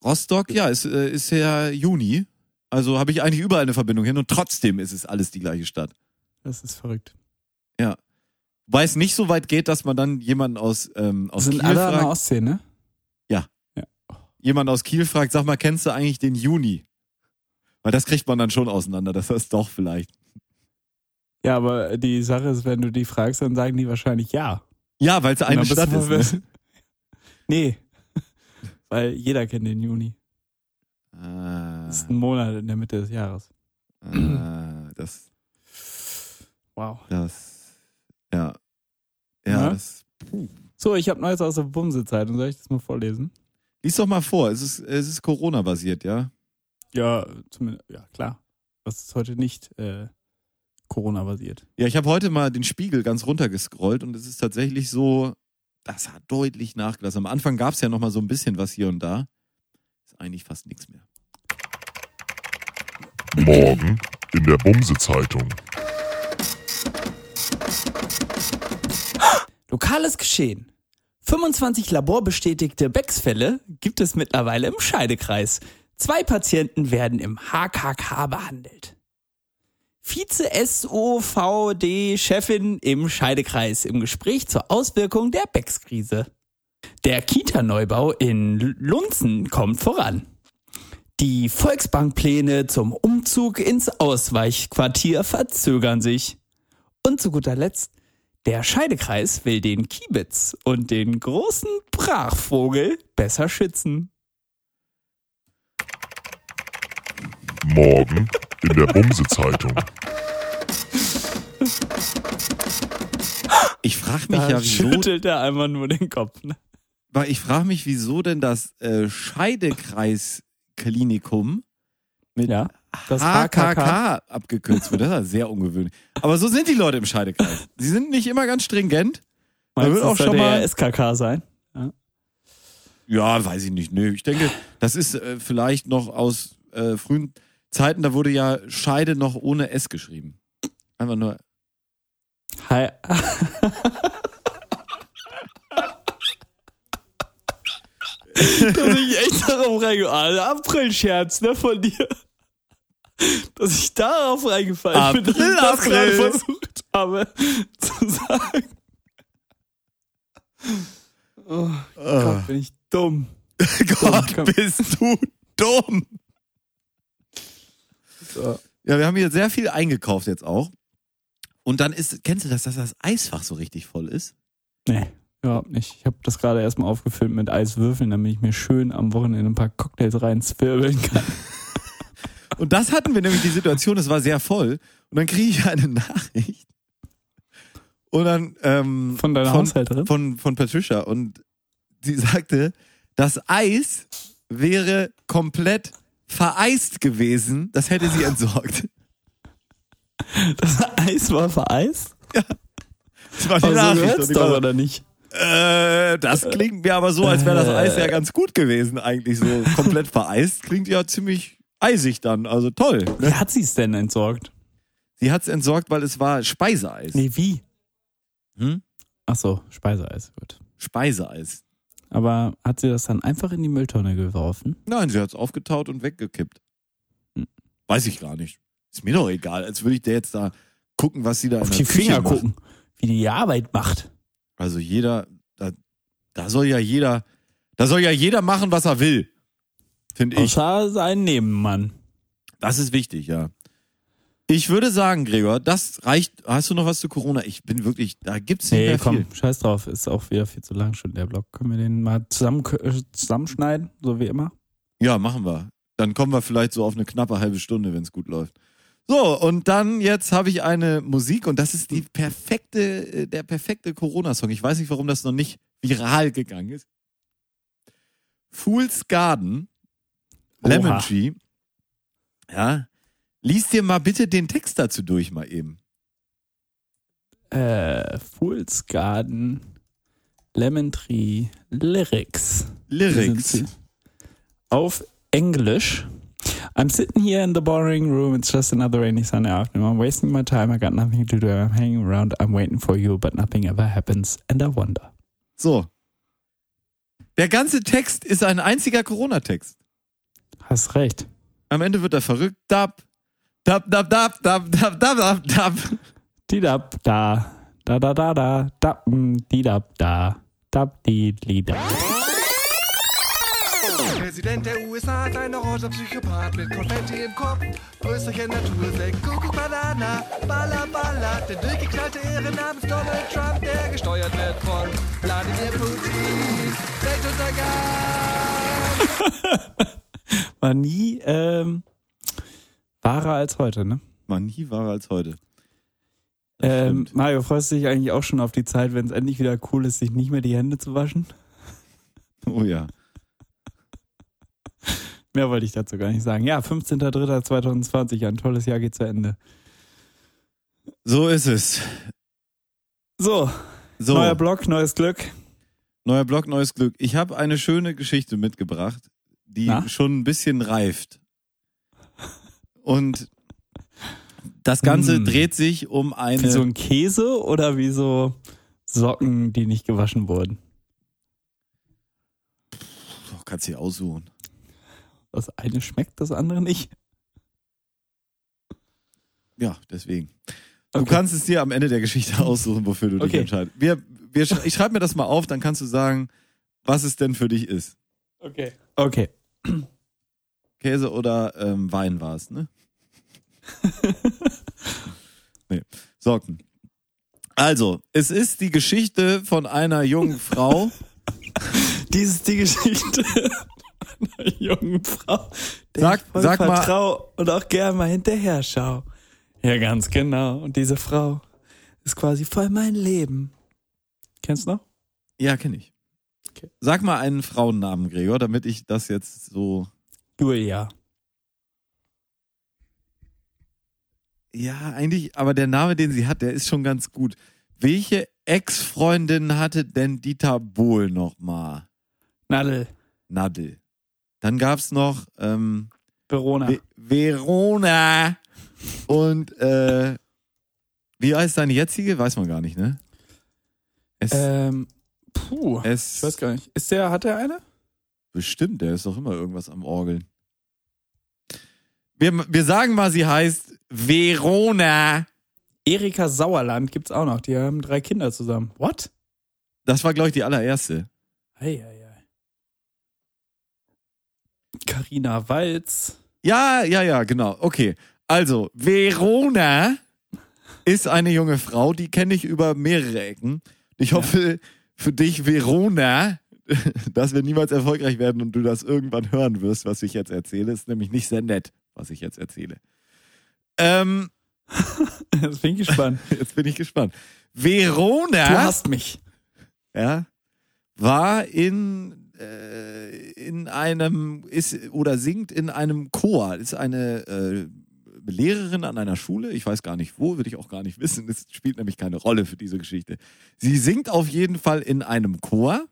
S2: Rostock, ja, ist, äh, ist ja Juni. Also habe ich eigentlich überall eine Verbindung hin und trotzdem ist es alles die gleiche Stadt.
S3: Das ist verrückt.
S2: Weil es nicht so weit geht, dass man dann jemanden aus, ähm, aus Kiel
S3: sind alle an der
S2: fragt.
S3: Ostsee, ne?
S2: jemand aus Kiel fragt, sag mal, kennst du eigentlich den Juni? Weil das kriegt man dann schon auseinander, das ist doch vielleicht.
S3: Ja, aber die Sache ist, wenn du die fragst, dann sagen die wahrscheinlich ja.
S2: Ja, weil es
S3: Und
S2: eine
S3: dann bist
S2: Stadt
S3: du
S2: ist. Ne?
S3: verwirrt. Nee. Weil jeder kennt den Juni. Das ist ein
S2: Ah,
S3: Monat in der Mitte des Jahres.
S2: ah, das,
S3: Wow.
S2: das, ja. Ja,
S3: Ja?
S2: das.
S3: So, ich habe Neues aus der Bumse-Zeitung. Soll ich das mal vorlesen?
S2: Lies doch mal vor, es ist, es ist Corona-basiert, ja?
S3: Ja, zumindest, ja, klar. Das ist heute nicht äh, Corona-basiert.
S2: Ja, ich habe heute mal den Spiegel ganz runtergescrollt und es ist tatsächlich so, das hat deutlich nachgelassen. Am Anfang gab es ja noch mal so ein bisschen was hier und da. Ist eigentlich fast nichts mehr.
S1: Morgen in der Bumse-Zeitung.
S4: Lokales Geschehen. 25 laborbestätigte Becks-Fälle gibt es mittlerweile im Scheidekreis. Zwei Patienten werden im HKK behandelt. Vize-SOVD-Chefin im Scheidekreis im Gespräch zur Auswirkung der Becks-Krise. Der Kita-Neubau in Lunzen kommt voran. Die Volksbankpläne zum Umzug ins Ausweichquartier verzögern sich. Und zu guter Letzt, der Scheidekreis will den Kiebitz und den großen Brachvogel besser schützen.
S1: Morgen in der Bumse-Zeitung.
S2: Ich frage mich
S4: Da
S2: ja, wieso
S4: schüttelt er einmal nur den Kopf. Ne?
S2: Weil ich frage mich, wieso denn das äh, Scheidekreisklinikum mit
S3: Ja, das
S2: HKK abgekürzt wird. Das ist ja sehr ungewöhnlich. Aber so sind die Leute im Scheidekreis. Sie sind nicht immer ganz stringent. Da
S3: Meinst
S2: wird
S3: du,
S2: auch
S3: das
S2: schon
S3: sollte
S2: mal.
S3: ja SKK sein?
S2: Ja, weiß ich nicht. Nö, ich denke, das ist äh, vielleicht noch aus äh, frühen Zeiten, da wurde ja Scheide noch ohne S geschrieben. Einfach nur.
S3: Hi.
S4: Dass ich echt darauf reingefallen April-Scherz, ne, von dir. Dass ich darauf reingefallen bin, dass ich
S2: April,
S4: das gerade
S2: April.
S4: versucht habe zu sagen. Oh
S2: Äh,
S4: Gott, bin ich dumm. komm.
S2: bist du dumm. Ja, wir haben hier sehr viel eingekauft jetzt auch. Und dann ist, kennst du das, dass das Eisfach so richtig voll ist?
S3: Nee, überhaupt nicht. Ich habe das gerade erstmal aufgefüllt mit Eiswürfeln, damit ich mir schön am Wochenende ein paar Cocktails reinzwirbeln kann.
S2: Und das hatten wir nämlich die Situation, es war sehr voll. Und dann kriege ich eine Nachricht. Und dann ähm,
S3: Von deiner
S2: von,
S3: Haushälterin?
S2: von, von Patricia. Und sie sagte, das Eis wäre komplett vereist gewesen. Das hätte sie entsorgt.
S4: Das Eis war vereist?
S2: Das war die
S3: Also
S4: Aber so
S2: Nachricht.
S4: gehört's
S2: Und ich
S4: doch,
S2: war
S4: oder nicht?
S2: so, äh, das klingt mir aber so, als wäre das Eis ja ganz gut gewesen eigentlich. So komplett vereist klingt ja ziemlich eisig dann. Also toll.
S3: Wie hat sie es denn entsorgt?
S2: Sie hat es entsorgt, weil es war Speiseeis.
S4: Nee, wie?
S2: Hm?
S3: Ach so, Speiseeis, gut.
S2: Speiseeis.
S3: Aber hat sie das dann einfach in die Mülltonne geworfen?
S2: Nein, sie hat es aufgetaut und weggekippt.
S3: Hm.
S2: Weiß ich gar nicht. Ist mir doch egal, als würde ich der jetzt da gucken, was sie da
S3: Auf
S2: in
S3: die
S2: der Küche
S3: Finger
S2: macht.
S3: gucken, wie die die Arbeit macht.
S2: Also jeder, da, da soll ja jeder, da soll ja jeder machen, was er will. Finde ich.
S3: Außer sein Nebenmann.
S2: Das ist wichtig, ja. Ich würde sagen, Gregor, das reicht. Hast du noch was zu Corona? Ich bin wirklich, da gibt's nicht
S3: Nee,
S2: mehr
S3: komm,
S2: viel.
S3: scheiß drauf. Ist auch wieder viel zu lang schon der Block. Können wir den mal zusammen, äh, zusammenschneiden, so wie immer?
S2: Ja, machen wir. Dann kommen wir vielleicht so auf eine knappe halbe Stunde, wenn es gut läuft. So, und dann jetzt habe ich eine Musik und das ist die perfekte, äh, der perfekte Corona-Song. Ich weiß nicht, warum das noch nicht viral gegangen ist. Fool's Garden, Lemon
S3: Oha.
S2: Tree. Ja. Lies dir mal bitte den Text dazu durch, mal eben.
S3: Äh, Fool's Garden, Lemon Tree, Lyrics.
S2: Lyrics.
S3: Auf Englisch. I'm sitting here in the boring room. It's just another rainy Sunday afternoon. I'm wasting my time. I got nothing to do. I'm hanging around. I'm waiting for you, but nothing ever happens. And I wonder.
S2: So. Der ganze Text ist ein einziger Corona-Text.
S3: Hast recht.
S2: Am Ende wird er verrückt. Dab, dab, dab, dab, dab, dab, dab, dab, dab.
S3: Die dab da. Da da da da. Dab mm, die dab da. Dab die li da.
S5: Präsident der USA hat ein oranger Psychopath mit Konfetti im Kopf. Österreicher Natursekt, Kuckuck Banana, Balla Balla. Der durchgeknallte Ehrenamts Donald Trump, der gesteuert wird von Vladimir Putin. Weltuntergang!
S3: War nie ähm, wahrer als heute, ne?
S2: Mann, nie wahrer als heute. Das
S3: Ähm,
S2: stimmt.
S3: Mario, freust du dich eigentlich auch schon auf die Zeit, wenn es endlich wieder cool ist, sich nicht mehr die Hände zu waschen?
S2: Oh ja.
S3: Mehr wollte ich dazu gar nicht sagen. Ja, 15.03.2020, ein tolles Jahr geht zu Ende.
S2: So ist es.
S3: So,
S2: So,
S3: neuer Blog, neues Glück.
S2: neuer Blog, neues Glück. Ich habe eine schöne Geschichte mitgebracht, die
S3: Na?
S2: schon ein bisschen reift. Und das Ganze
S3: Hm.
S2: dreht sich um eine.
S3: Wie so ein Käse oder wie so Socken, die nicht gewaschen wurden?
S2: oh, kannst du dir aussuchen.
S3: Das eine schmeckt, das andere nicht.
S2: Ja, deswegen. Du
S4: Okay.
S2: kannst es dir am Ende der Geschichte aussuchen, wofür du dich
S4: Okay.
S2: entscheidest. Wir, wir, sch- ich schreibe mir das mal auf, dann kannst du sagen, was es denn für dich ist.
S4: Okay.
S3: Okay.
S2: Käse oder ähm, Wein war es, ne? nee, Sorten. Also, es ist die Geschichte von einer jungen Frau.
S3: Dies ist die Geschichte einer jungen Frau. der
S2: Sag-
S3: ich voll
S2: sag mal-
S3: vertrau und auch gern mal hinterher schau. Ja, ganz genau. Und diese Frau ist quasi voll mein Leben. Kennst du noch?
S2: ja, kenne ich.
S3: Okay.
S2: Sag mal einen Frauennamen, Gregor, damit ich das jetzt so.
S3: Julia.
S2: Ja, eigentlich, aber der Name, den sie hat, der ist schon ganz gut. Welche Ex-Freundin hatte denn Dieter Bohl nochmal?
S3: Nadel.
S2: Nadel. Dann gab's noch ähm,
S3: Verona.
S2: Ve- Verona. Und äh, wie heißt deine jetzige? Weiß man gar nicht, ne? Es,
S3: Ähm, puh.
S2: es
S3: Ich weiß gar nicht. Ist der, hat er eine?
S2: bestimmt, der ist doch immer irgendwas am Orgeln. Wir, wir sagen mal, sie heißt Verona.
S3: Erika Sauerland gibt's auch noch. Die haben drei Kinder zusammen. What?
S2: Das war, glaube ich, die allererste.
S3: Ei, ei, ei. Carina Walz.
S2: Ja, ja, ja, genau. Okay. Also, Verona ist eine junge Frau, die kenne ich über mehrere Ecken. Ich hoffe für dich, Verona, dass wir niemals erfolgreich werden und du das irgendwann hören wirst, was ich jetzt erzähle. Ist nämlich nicht sehr nett, was ich jetzt erzähle. Ähm,
S3: Jetzt bin ich gespannt.
S2: jetzt bin ich gespannt. Verona.
S3: Du hast mich.
S2: ja, war in, äh, in einem, ist oder singt in einem Chor, ist eine äh, Lehrerin an einer Schule, ich weiß gar nicht wo, würde ich auch gar nicht wissen, es spielt nämlich keine Rolle für diese Geschichte. Sie singt auf jeden Fall in einem Chor.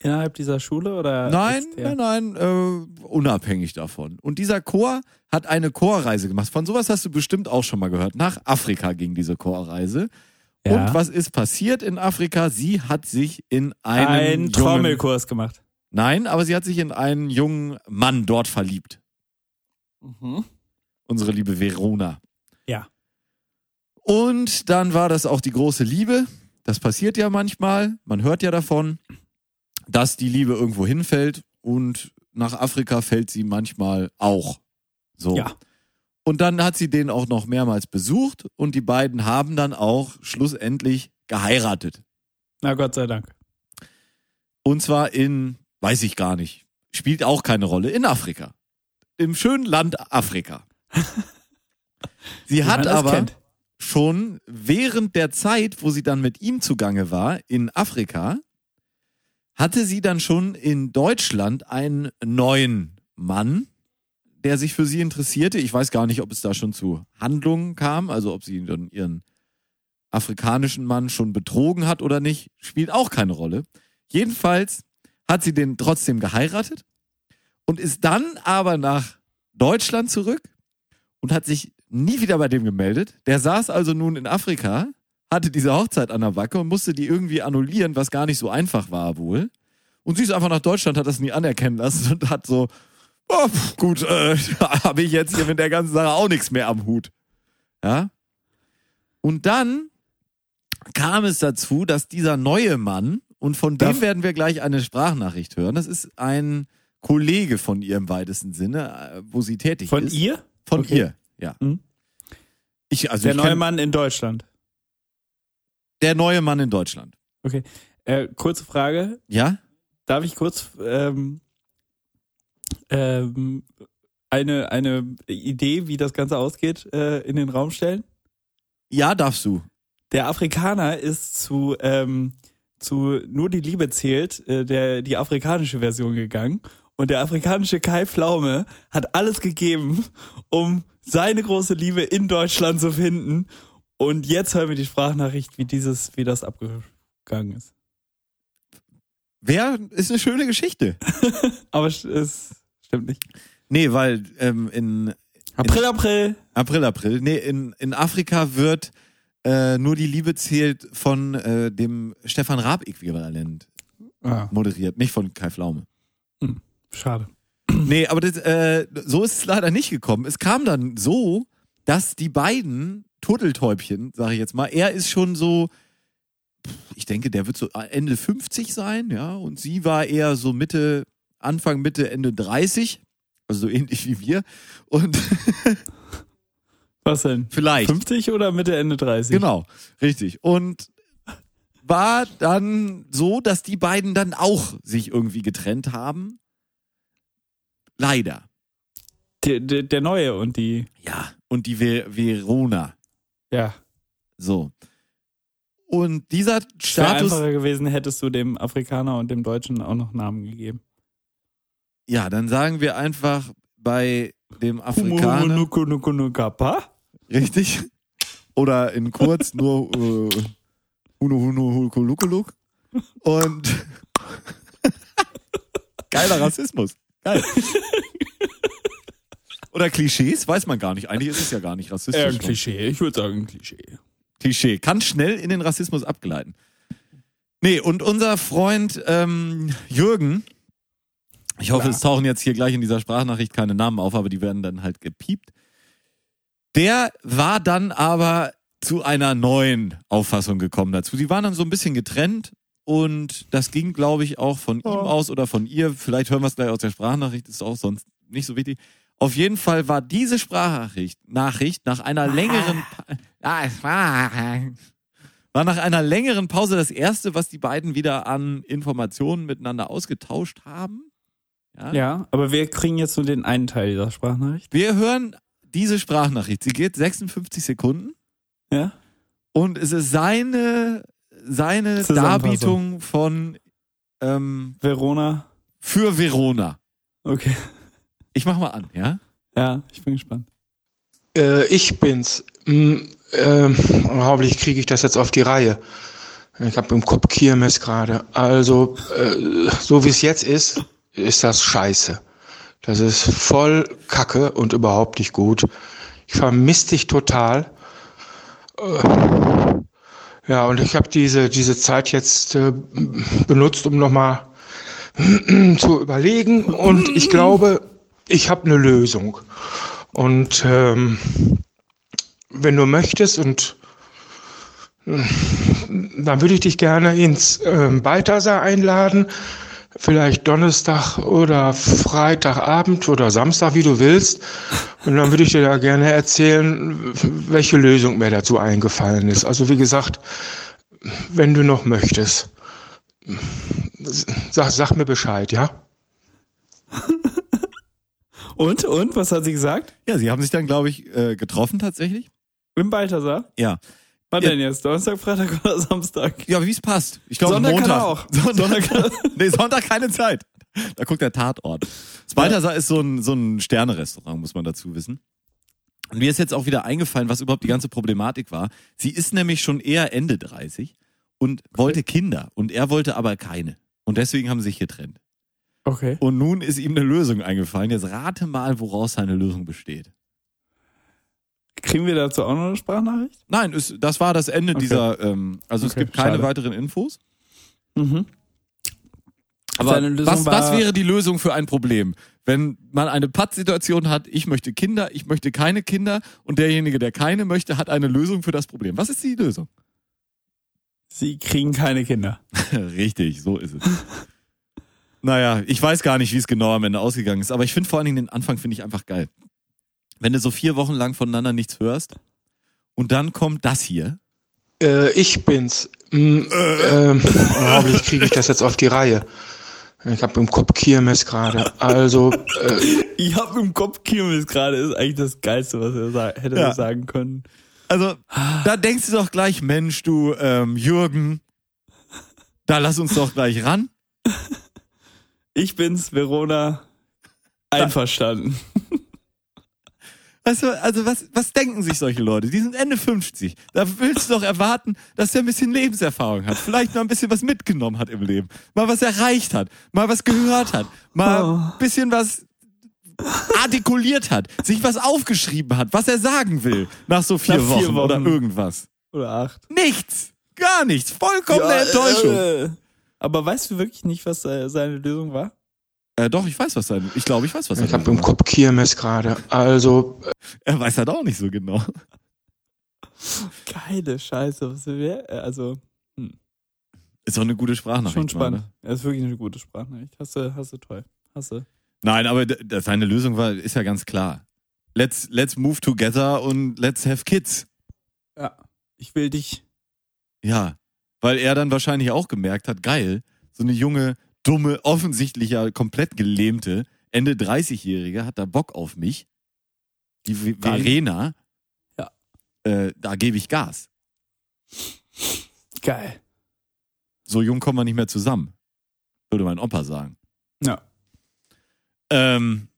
S3: Innerhalb dieser Schule oder?
S2: Nein,
S3: extern?
S2: nein, nein, äh, unabhängig davon. Und dieser Chor hat eine Chorreise gemacht. Von sowas hast du bestimmt auch schon mal gehört. Nach Afrika ging diese Chorreise.
S3: Ja.
S2: Und was ist passiert in Afrika? Sie hat sich in einen
S3: Einen
S2: jungen-
S3: Trommelkurs gemacht.
S2: Nein, aber sie hat sich in einen jungen Mann dort verliebt. Unsere liebe Verona.
S3: Ja.
S2: Und dann war das auch die große Liebe. Das passiert ja manchmal. Man hört ja davon, dass die Liebe irgendwo hinfällt und nach Afrika fällt sie manchmal auch. So.
S3: Ja.
S2: Und dann hat sie den auch noch mehrmals besucht und die beiden haben dann auch schlussendlich geheiratet.
S3: Na Gott sei Dank.
S2: Und zwar in, weiß ich gar nicht, spielt auch keine Rolle, in Afrika. Im schönen Land Afrika. Sie
S3: Wie
S2: hat
S3: man das
S2: aber
S3: kennt.
S2: schon während der Zeit, wo sie dann mit ihm zugange war, in Afrika, hatte sie dann schon in Deutschland einen neuen Mann, der sich für sie interessierte. Ich weiß gar nicht, ob es da schon zu Handlungen kam, also ob sie dann ihren afrikanischen Mann schon betrogen hat oder nicht, spielt auch keine Rolle. Jedenfalls hat sie den trotzdem geheiratet und ist dann aber nach Deutschland zurück und hat sich nie wieder bei dem gemeldet. Der saß also nun in Afrika, hatte diese Hochzeit an der Backe und musste die irgendwie annullieren, was gar nicht so einfach war wohl. Und sie ist einfach nach Deutschland, hat das nie anerkennen lassen und hat so, oh, pf, gut, äh, habe ich jetzt hier mit der ganzen Sache auch nichts mehr am Hut. Ja. Und dann kam es dazu, dass dieser neue Mann, und von dem
S3: Darf-
S2: werden wir gleich eine Sprachnachricht hören, das ist ein Kollege von ihr im weitesten Sinne, äh, wo sie tätig
S3: Von
S2: ist.
S3: ihr?
S2: Von
S3: Okay.
S2: ihr, ja.
S3: Mhm.
S2: Ich, also
S3: Der
S2: ich
S3: neue
S2: kenn-
S3: Mann in Deutschland.
S2: der neue Mann in Deutschland.
S3: Äh, kurze Frage.
S2: Ja?
S3: Darf ich kurz ähm, ähm, eine, eine Idee, wie das Ganze ausgeht, äh, in den Raum stellen?
S2: Ja, darfst du.
S3: Der Afrikaner ist zu, ähm, zu Nur die Liebe zählt, äh, der, die afrikanische Version gegangen. Und der afrikanische Kai Pflaume hat alles gegeben, um seine große Liebe in Deutschland zu finden. Und jetzt hören wir die Sprachnachricht, wie dieses, wie das abgegangen ist.
S2: Wer ist eine schöne Geschichte?
S3: Aber es- es stimmt nicht.
S2: Nee, weil ähm, in
S3: April, April.
S2: April, April, nee, in, in Afrika wird äh, nur die Liebe zählt von äh, dem Stefan Raab-Äquivalent
S3: Ah,
S2: moderiert, nicht von Kai Flaume.
S3: schade.
S2: Nee, aber das, äh, so ist es leider nicht gekommen. Es kam dann so, dass die beiden Turteltäubchen, sage ich jetzt mal, er ist schon so, pff, ich denke, der wird so Ende 50 sein, ja, und sie war eher so Mitte, Anfang, Mitte, Ende 30, also so ähnlich wie wir. Und
S3: Was denn?
S2: vielleicht.
S3: 50 oder Mitte, Ende 30?
S2: Genau, richtig. Und war dann so, dass die beiden dann auch sich irgendwie getrennt haben. Leider.
S3: Der, der, der Neue und die.
S2: Ja. Und die Ver Verona.
S3: Ja.
S2: So. Und dieser
S3: Es wäre
S2: Status.
S3: einfacher gewesen, hättest du dem Afrikaner und dem Deutschen auch noch Namen gegeben.
S2: Ja, dann sagen wir einfach bei dem Afrikaner.
S3: Nukunukapa?
S2: Richtig. Oder in kurz nur äh, Hunu Hunu Hulukulukuluk. Und geiler Rassismus. Geil. Oder Klischees, weiß man gar nicht. Eigentlich ist es ja gar nicht rassistisch.
S3: Äh, ein Klischee. Ich würde sagen ein Klischee.
S2: Klischee. Kann schnell in den Rassismus abgleiten. Nee, und unser Freund ähm, Jürgen, ich hoffe,
S3: Ja.
S2: es tauchen jetzt hier gleich in dieser Sprachnachricht keine Namen auf, aber die werden dann halt gepiept. Der war dann aber zu einer neuen Auffassung gekommen dazu. Die waren dann so ein bisschen getrennt und das ging, glaube ich, auch von ihm aus oder von ihr. Vielleicht hören wir es gleich aus der Sprachnachricht, ist auch sonst nicht so wichtig. Auf jeden Fall war diese Sprachnachricht Nachricht nach einer längeren Pa- Ah, es war war nach einer längeren Pause das erste, was die beiden wieder an Informationen miteinander ausgetauscht haben. Ja.
S3: Ja, aber wir kriegen jetzt nur den einen Teil dieser Sprachnachricht.
S2: Wir hören diese Sprachnachricht. Sie geht 56 Sekunden
S3: Ja.
S2: und es ist seine, seine
S3: Zusammenfassung.
S2: Darbietung von ähm,
S3: Verona.
S2: für Verona.
S3: Okay.
S2: Ich mach mal an, ja?
S3: Ja, ich bin gespannt.
S6: Äh, ich bin's. Hm, ähm, hoffentlich kriege ich das jetzt auf die Reihe. Ich habe im Kopf Kirmes gerade. Also, äh, so wie es jetzt ist, ist das scheiße. Das ist voll Kacke und überhaupt nicht gut. Ich vermisse dich total. Äh, ja, und ich habe diese, diese Zeit jetzt äh, benutzt, um nochmal zu überlegen. Und ich glaube, ich habe eine Lösung. Und ähm, wenn du möchtest und äh, dann würde ich dich gerne ins ähm, Balthasar einladen. Vielleicht Donnerstag oder Freitagabend oder Samstag, wie du willst. Und dann würde ich dir da gerne erzählen, welche Lösung mir dazu eingefallen ist. Also wie gesagt, wenn du noch möchtest, sag, sag mir Bescheid, ja?
S3: Und, und, was hat sie gesagt?
S2: Ja, sie haben sich dann, glaube ich, äh, getroffen tatsächlich.
S3: Im Balthasar?
S2: Ja.
S3: Wann
S2: Ja.
S3: denn jetzt? Donnerstag, Freitag oder Samstag?
S2: Ja, wie es passt. Ich glaube,
S3: Sonntag
S2: Montag.
S3: kann er auch.
S2: Sonntag, nee, Sonntag keine Zeit. Da guckt der Tatort. Das Balthasar ist so ein, so ein Sternerestaurant, muss man dazu wissen. Und mir ist jetzt auch wieder eingefallen, was überhaupt die ganze Problematik war. Sie ist nämlich schon eher Ende 30 und wollte Kinder. Und er wollte aber keine. Und deswegen haben sie sich getrennt.
S3: Okay.
S2: Und nun ist ihm eine Lösung eingefallen. Jetzt rate mal, woraus seine Lösung besteht.
S3: Kriegen wir dazu auch noch eine Sprachnachricht?
S2: Nein, es, das war das Ende
S3: Okay.
S2: dieser. Ähm, also es
S3: Okay,
S2: gibt keine
S3: schade.
S2: weiteren Infos.
S3: Mhm.
S2: Aber
S3: Seine Lösung
S2: was, was
S3: war-
S2: wäre die Lösung für ein Problem? Wenn man eine Pattsituation hat, ich möchte Kinder, ich möchte keine Kinder und derjenige, der keine möchte, hat eine Lösung für das Problem. Was ist die Lösung?
S3: Sie kriegen keine Kinder.
S2: Richtig, so ist es. naja, ich weiß gar nicht, wie es genau am Ende ausgegangen ist, aber ich finde vor allen Dingen den Anfang finde ich einfach geil. Wenn du so vier Wochen lang voneinander nichts hörst und dann kommt das hier.
S6: Äh, ich bin's. Mm, ähm, hoffentlich kriege ich das jetzt auf die Reihe. Ich habe im Kopf Kirmes gerade. Also, äh,
S3: Ich hab im Kopf Kirmes gerade, ist eigentlich das Geilste, was er sa hätte
S2: Ja.
S3: sagen können.
S2: Also, da denkst du doch gleich, Mensch, du ähm, Jürgen, da lass uns doch gleich ran.
S3: Ich bin's, Verona. Einverstanden.
S2: Weißt du, also was, was denken sich solche Leute? Die sind Ende 50. Da willst du doch erwarten, dass der ein bisschen Lebenserfahrung hat. Vielleicht mal ein bisschen was mitgenommen hat im Leben. Mal was erreicht hat. Mal was gehört hat. Mal
S3: Oh.
S2: ein bisschen was artikuliert hat. Sich was aufgeschrieben hat, was er sagen will. Nach so vier,
S3: Nach vier
S2: Wochen, oder
S3: Wochen.
S2: irgendwas.
S3: Oder acht.
S2: Nichts. Gar nichts. Vollkommene
S3: Ja,
S2: Enttäuschung.
S3: ne, Äh, aber weißt du wirklich nicht, was äh, seine Lösung war?
S2: Äh, doch, ich weiß was sein. Ich glaube, ich weiß was
S6: Ich
S2: sein.
S6: habe im Kopf Kirmes gerade. Also,
S2: Er weiß halt auch nicht so genau.
S3: Geile Scheiße. Was wär, also,
S2: Ist doch eine gute Sprachnachricht.
S3: schon
S2: mal,
S3: spannend.
S2: ne?
S3: Er ist wirklich eine gute Sprachnachricht. Hast du, hast du toll. Hast du.
S2: ne? Nein, aber d- d- seine Lösung war, ist ja ganz klar. Let's, let's move together und let's have kids.
S3: Ja. Ich will dich.
S2: Ja, weil er dann wahrscheinlich auch gemerkt hat, geil, so eine junge, dumme, offensichtlich ja komplett gelähmte, Ende 30-Jährige hat da Bock auf mich. Die V-
S3: Dann-
S2: Verena.
S3: Ja.
S2: Äh, da gebe ich Gas.
S3: Geil.
S2: So jung kommen wir nicht mehr zusammen. Würde mein Opa sagen.
S3: Ja.
S2: Ähm,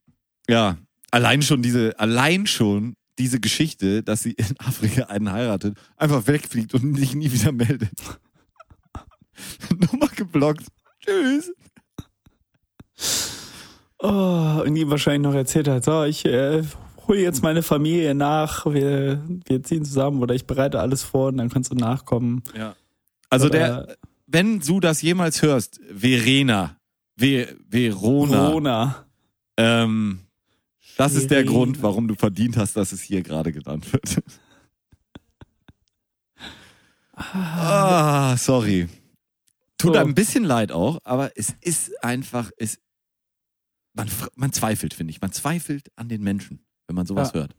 S2: ja, allein schon diese, allein schon diese Geschichte, dass sie in Afrika einen heiratet, einfach wegfliegt und sich nie wieder meldet. Nummer geblockt. Tschüss.
S3: Oh, und ihm wahrscheinlich noch erzählt hat, so, ich äh, hole jetzt meine Familie nach, wir, wir ziehen zusammen oder ich bereite alles vor und dann kannst du nachkommen.
S2: Also
S3: Oder
S2: der, wenn du das jemals hörst, Verena, Ve Verona,
S3: Corona.
S2: ähm, das ist der
S3: Verena.
S2: Grund, warum du verdient hast, dass es hier gerade genannt wird. Ah, sorry. Tut
S3: So.
S2: einem ein bisschen leid auch, aber es ist einfach, es, man, fr- man zweifelt, finde ich. Man zweifelt an den Menschen, wenn man sowas hört.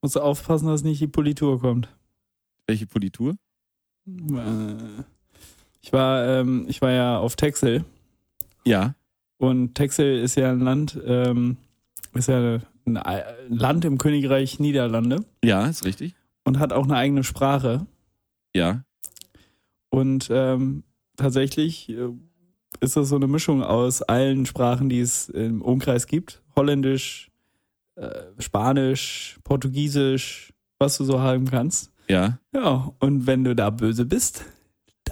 S3: Musst du aufpassen, dass nicht die Politur kommt.
S2: Welche Politur?
S3: Äh, Ich war, ähm, ich war ja auf Texel
S2: Ja.
S3: und Texel ist ja ein Land, ähm, ist ja ein Ei- Land im Königreich Niederlande
S2: Ja, ist richtig.
S3: und hat auch eine eigene Sprache.
S2: Ja.
S3: Und ähm, tatsächlich äh, ist das so eine Mischung aus allen Sprachen, die es im Umkreis gibt. Holländisch, äh, Spanisch, Portugiesisch, was du so haben kannst.
S2: Ja.
S3: Ja, und wenn du da böse bist,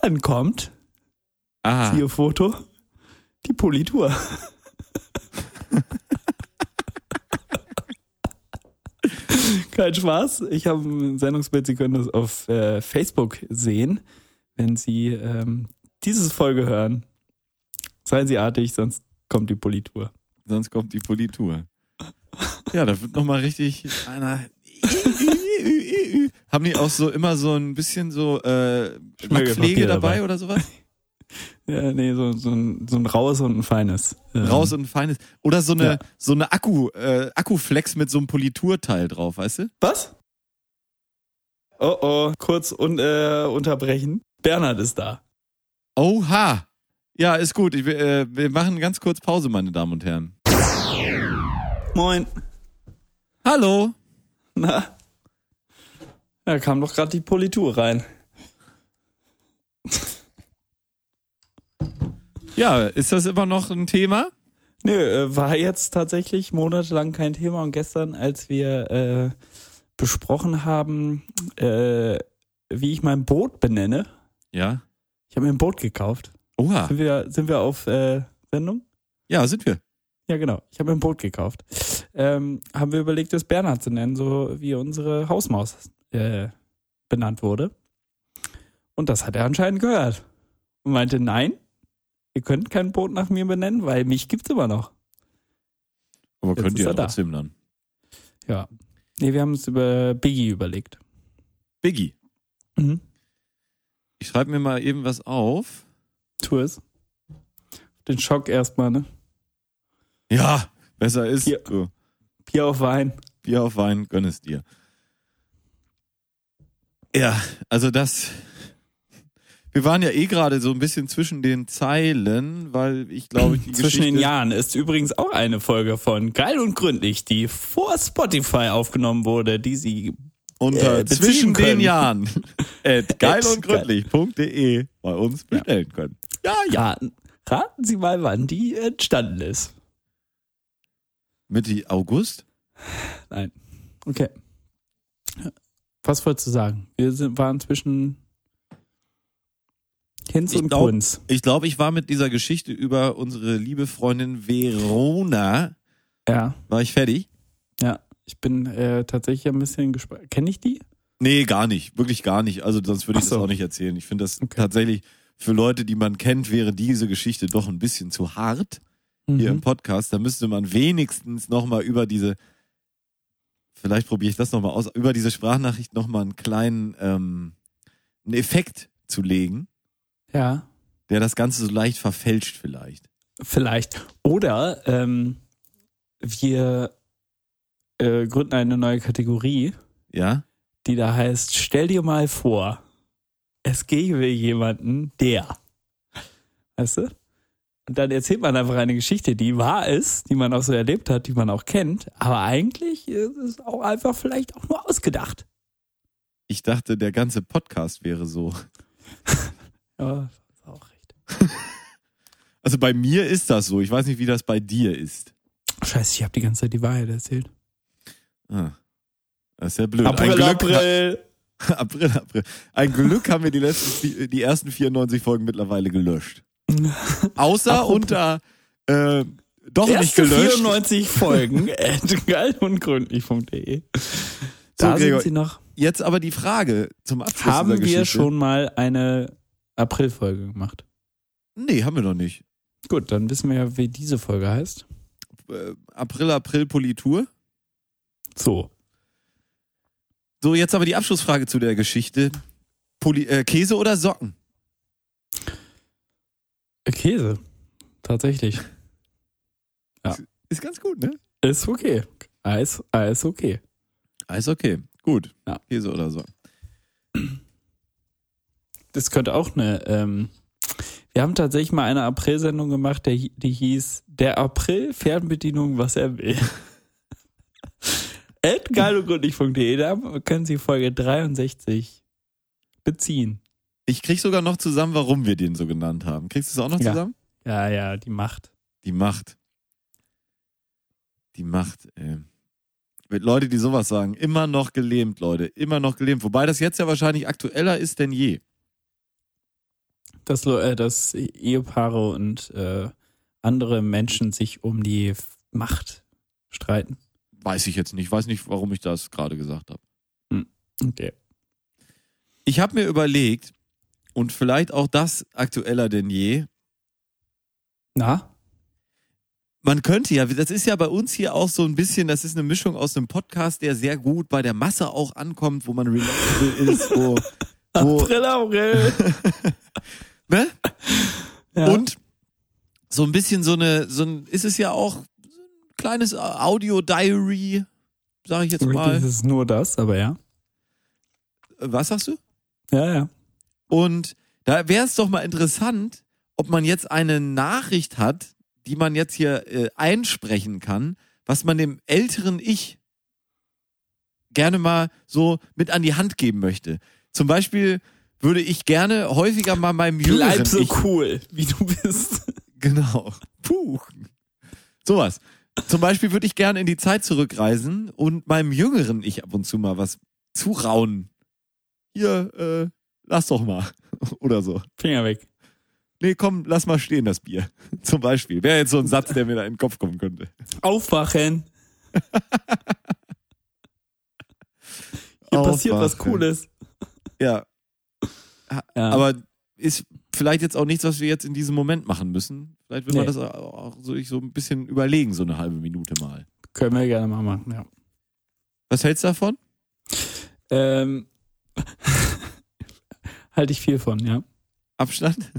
S3: dann kommt,
S2: Ah.
S3: siehe Foto, die Politur. Kein Spaß. Ich habe ein Sendungsbild, Sie können das auf äh, Facebook sehen, wenn Sie ähm, dieses Folge hören. Seien Sie artig, sonst kommt die Politur.
S2: sonst kommt die Politur. Ja, da wird nochmal richtig einer. Haben die auch so immer so ein bisschen so äh,
S3: Schmirgelpapier
S2: Pflege dabei,
S3: dabei.
S2: oder sowas?
S3: Ja, nee, so, so, ein, so ein raues und ein feines. Ähm,
S2: Raus und ein feines. Oder so eine,
S3: Ja.
S2: so eine Akku, äh, Akkuflex mit so einem Politurteil drauf, weißt du?
S3: Was? Oh oh, kurz un, äh, unterbrechen. Bernhard ist da.
S2: Oha! Ja, ist gut. Ich, will, äh, wir machen ganz kurz Pause, meine Damen und Herren.
S3: Moin.
S2: Hallo!
S3: Na? Da kam doch gerade die Politur rein.
S2: Ja, ist das immer noch ein Thema?
S3: Nö, äh, war jetzt tatsächlich monatelang kein Thema und gestern, als wir äh, besprochen haben, äh, wie ich mein Boot benenne,
S2: Ja.
S3: ich habe mir ein Boot gekauft.
S2: Oha.
S3: Sind wir, sind wir auf äh, Sendung?
S2: Ja, sind wir.
S3: Ja, genau. Ich habe mir ein Boot gekauft. Ähm, haben wir überlegt, es Bernhard zu nennen, so wie unsere Hausmaus äh, benannt wurde. Und das hat er anscheinend gehört. Und meinte, nein, ihr könnt kein Boot nach mir benennen, weil mich gibt's immer noch.
S2: Aber
S3: Jetzt
S2: könnt
S3: ist
S2: ihr
S3: er da.
S2: trotzdem dann.
S3: Ja. Nee, wir haben es über Biggie überlegt.
S2: Biggie,
S3: Mhm.
S2: ich schreibe mir mal eben was auf.
S3: Tu es. Den Schock erstmal, ne?
S2: Ja, besser ist.
S3: Ja.
S2: So,
S3: Bier auf Wein.
S2: Bier auf Wein, gönn es dir. Ja, also das. Wir waren ja eh gerade so ein bisschen zwischen den Zeilen, weil ich glaube, die
S3: Zwischen den
S2: Geschichte-
S3: Jahren ist übrigens auch eine Folge von Geil und Gründlich, die vor Spotify aufgenommen wurde, die sie
S2: unter
S3: äh, beziehen
S2: zwischen den
S3: können.
S2: Jahren at geil und
S3: geil.
S2: gründlich.de bei uns bestellen können.
S3: Ja, ja. Raten Sie mal, wann die entstanden ist.
S2: Mitte August?
S3: Nein. Okay. Was wolltest du sagen? Wir sind, waren zwischen Hinz
S2: Ich
S3: und
S2: glaub-
S3: Kunz.
S2: Ich glaube, ich war mit dieser Geschichte über unsere liebe Freundin Verona,
S3: Ja,
S2: war ich fertig?
S3: ja. Ich bin äh, tatsächlich ein bisschen gespannt. Kenne ich die?
S2: Nee, gar nicht. Wirklich gar nicht. Also sonst würde ich
S3: Ach so.
S2: das auch nicht erzählen. Ich finde das
S3: Okay.
S2: tatsächlich für Leute, die man kennt, wäre diese Geschichte doch ein bisschen zu
S3: Mhm.
S2: hart hier im Podcast. Da müsste man wenigstens nochmal über diese Vielleicht probiere ich das nochmal aus, über diese Sprachnachricht nochmal einen kleinen ähm, einen Effekt zu legen,
S3: Ja.
S2: der das Ganze so leicht verfälscht vielleicht.
S3: Vielleicht. Oder ähm, wir äh, gründen eine neue Kategorie,
S2: Ja?
S3: die da heißt, stell dir mal vor, es gäbe jemanden, der. Weißt du? Und dann erzählt man einfach eine Geschichte, die wahr ist, die man auch so erlebt hat, die man auch kennt, aber eigentlich ist es auch einfach vielleicht auch nur ausgedacht.
S2: Ich dachte, der ganze Podcast wäre so.
S3: Ja, ist auch recht.
S2: Also bei mir ist das so. Ich weiß nicht, wie das bei dir ist.
S3: Scheiße, ich habe die ganze Zeit die Wahrheit erzählt.
S2: Ah. Das ist ja blöd. Ein Glück- April, April. Ein Glück haben wir die, letzten, die, die ersten 94 Folgen mittlerweile gelöscht. Außer unter äh, doch nicht
S3: Erste
S2: gelöscht.
S3: 94 Folgen at geilundgründlich.de. Da
S2: So,
S3: sind
S2: Gregor,
S3: sie noch.
S2: Jetzt aber die Frage zum Abschluss dieser
S3: Haben wir
S2: Geschichte.
S3: schon mal eine Aprilfolge gemacht?
S2: Nee, haben wir noch nicht.
S3: Gut, dann wissen wir ja, wie diese Folge heißt.
S2: Äh, April, April, Politur.
S3: So.
S2: So, jetzt aber die Abschlussfrage zu der Geschichte. Poli äh, Käse oder Socken?
S3: Käse. Tatsächlich.
S2: Ist ganz gut, ne?
S3: Ist okay. Eis, Eis okay.
S2: Alles okay. Gut.
S3: Ja.
S2: Käse oder Socken.
S3: Das könnte auch eine. Ähm, wir haben tatsächlich mal eine April-Sendung gemacht, der, hi- die hieß Der April Fernbedienung, was er will. Edgalogrundlich.de, da können Sie Folge 63 beziehen.
S2: Ich krieg sogar noch zusammen, warum wir den so genannt haben. Kriegst du es auch noch
S3: Ja.
S2: zusammen?
S3: Ja, ja, die Macht.
S2: Die Macht. Die Macht, ey. Mit Leute, die sowas sagen, immer noch gelähmt, Leute. Immer noch gelähmt. Wobei das jetzt ja wahrscheinlich aktueller ist denn je.
S3: Dass, Le- äh, dass Ehepaare und äh, andere Menschen sich um die F- Macht streiten.
S2: Weiß ich jetzt nicht. Weiß nicht, warum ich das gerade gesagt habe.
S3: Okay.
S2: Ich habe mir überlegt, und vielleicht auch das aktueller denn je,
S3: Na?
S2: man könnte ja, das ist ja bei uns hier auch so ein bisschen, das ist eine Mischung aus einem Podcast, der sehr gut bei der Masse auch ankommt, wo man relatable ist, wo, wo
S3: April, April.
S2: ne?
S3: Ja.
S2: Und so ein bisschen so eine, so ein, ist es ja auch so ein kleines Audio-Diary, sage ich jetzt
S3: Wirklich
S2: mal.
S3: ist es nur das, aber ja.
S2: Was sagst du?
S3: Ja, ja.
S2: Und da wäre es doch mal interessant, ob man jetzt eine Nachricht hat, die man jetzt hier äh, einsprechen kann, was man dem älteren Ich gerne mal so mit an die Hand geben möchte. Zum Beispiel würde ich gerne häufiger mal meinem jüngeren
S4: Bleib so
S2: Ich
S4: cool, wie du bist.
S2: Genau. Puh. Sowas. Zum Beispiel würde ich gerne in die Zeit zurückreisen und meinem jüngeren Ich ab und zu mal was zurauen. Hier, äh, lass doch mal. Oder so.
S3: Finger weg.
S2: Nee, komm, lass mal stehen, das Bier. Zum Beispiel. Wäre jetzt so ein Satz, der mir da in den Kopf kommen könnte.
S3: Aufwachen. Hier passiert was
S2: Aufwachen.
S3: Cooles.
S2: Ja,
S3: Ja.
S2: aber ist vielleicht jetzt auch nichts, was wir jetzt in diesem Moment machen müssen. Vielleicht will man
S3: Nee.
S2: das auch so, ich so ein bisschen überlegen, so eine halbe Minute mal.
S3: können wir gerne mal machen, ja.
S2: Was hältst du davon?
S3: Ähm, halte ich viel von, ja.
S2: Abstand?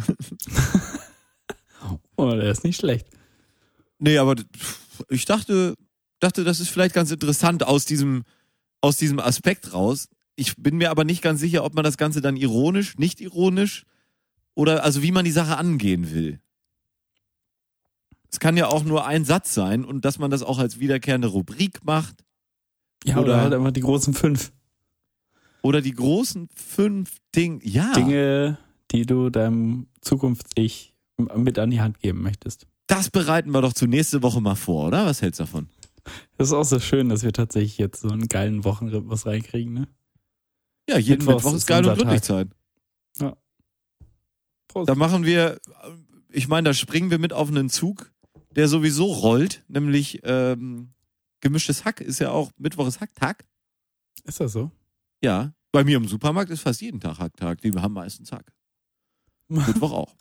S3: Oh, der ist nicht schlecht.
S2: Nee, aber d- pff, ich dachte, dachte, das ist vielleicht ganz interessant aus diesem, aus diesem Aspekt raus. Ich bin mir aber nicht ganz sicher, ob man das Ganze dann ironisch, nicht ironisch oder also wie man die Sache angehen will. Es kann ja auch nur ein Satz sein und dass man das auch als wiederkehrende Rubrik macht
S3: Ja, oder,
S2: Oder-
S3: halt einfach die großen fünf
S2: oder die großen fünf Ding. Ja,
S3: Dinge, die du deinem Zukunfts-Ich m- mit an die Hand geben möchtest.
S2: das bereiten wir doch zur nächste Woche mal vor, oder? Was hältst du davon?
S3: Das ist auch so schön, dass wir tatsächlich jetzt so einen geilen Wochenrhythmus reinkriegen, ne?
S2: Ja, jeden
S3: Mittwochs
S2: Mittwoch
S3: ist
S2: ist geil und
S3: unser
S2: glücklich
S3: Tag.
S2: sein.
S3: Prost.
S2: Da machen wir, ich meine, da springen wir mit auf einen Zug, der sowieso rollt, nämlich ähm, gemischtes Hack ist ja auch Mittwoch ist Hacktag.
S3: Ist das so?
S2: Ja, bei mir im Supermarkt ist fast jeden Tag Hacktag. Die haben meistens Hack. Mittwoch auch.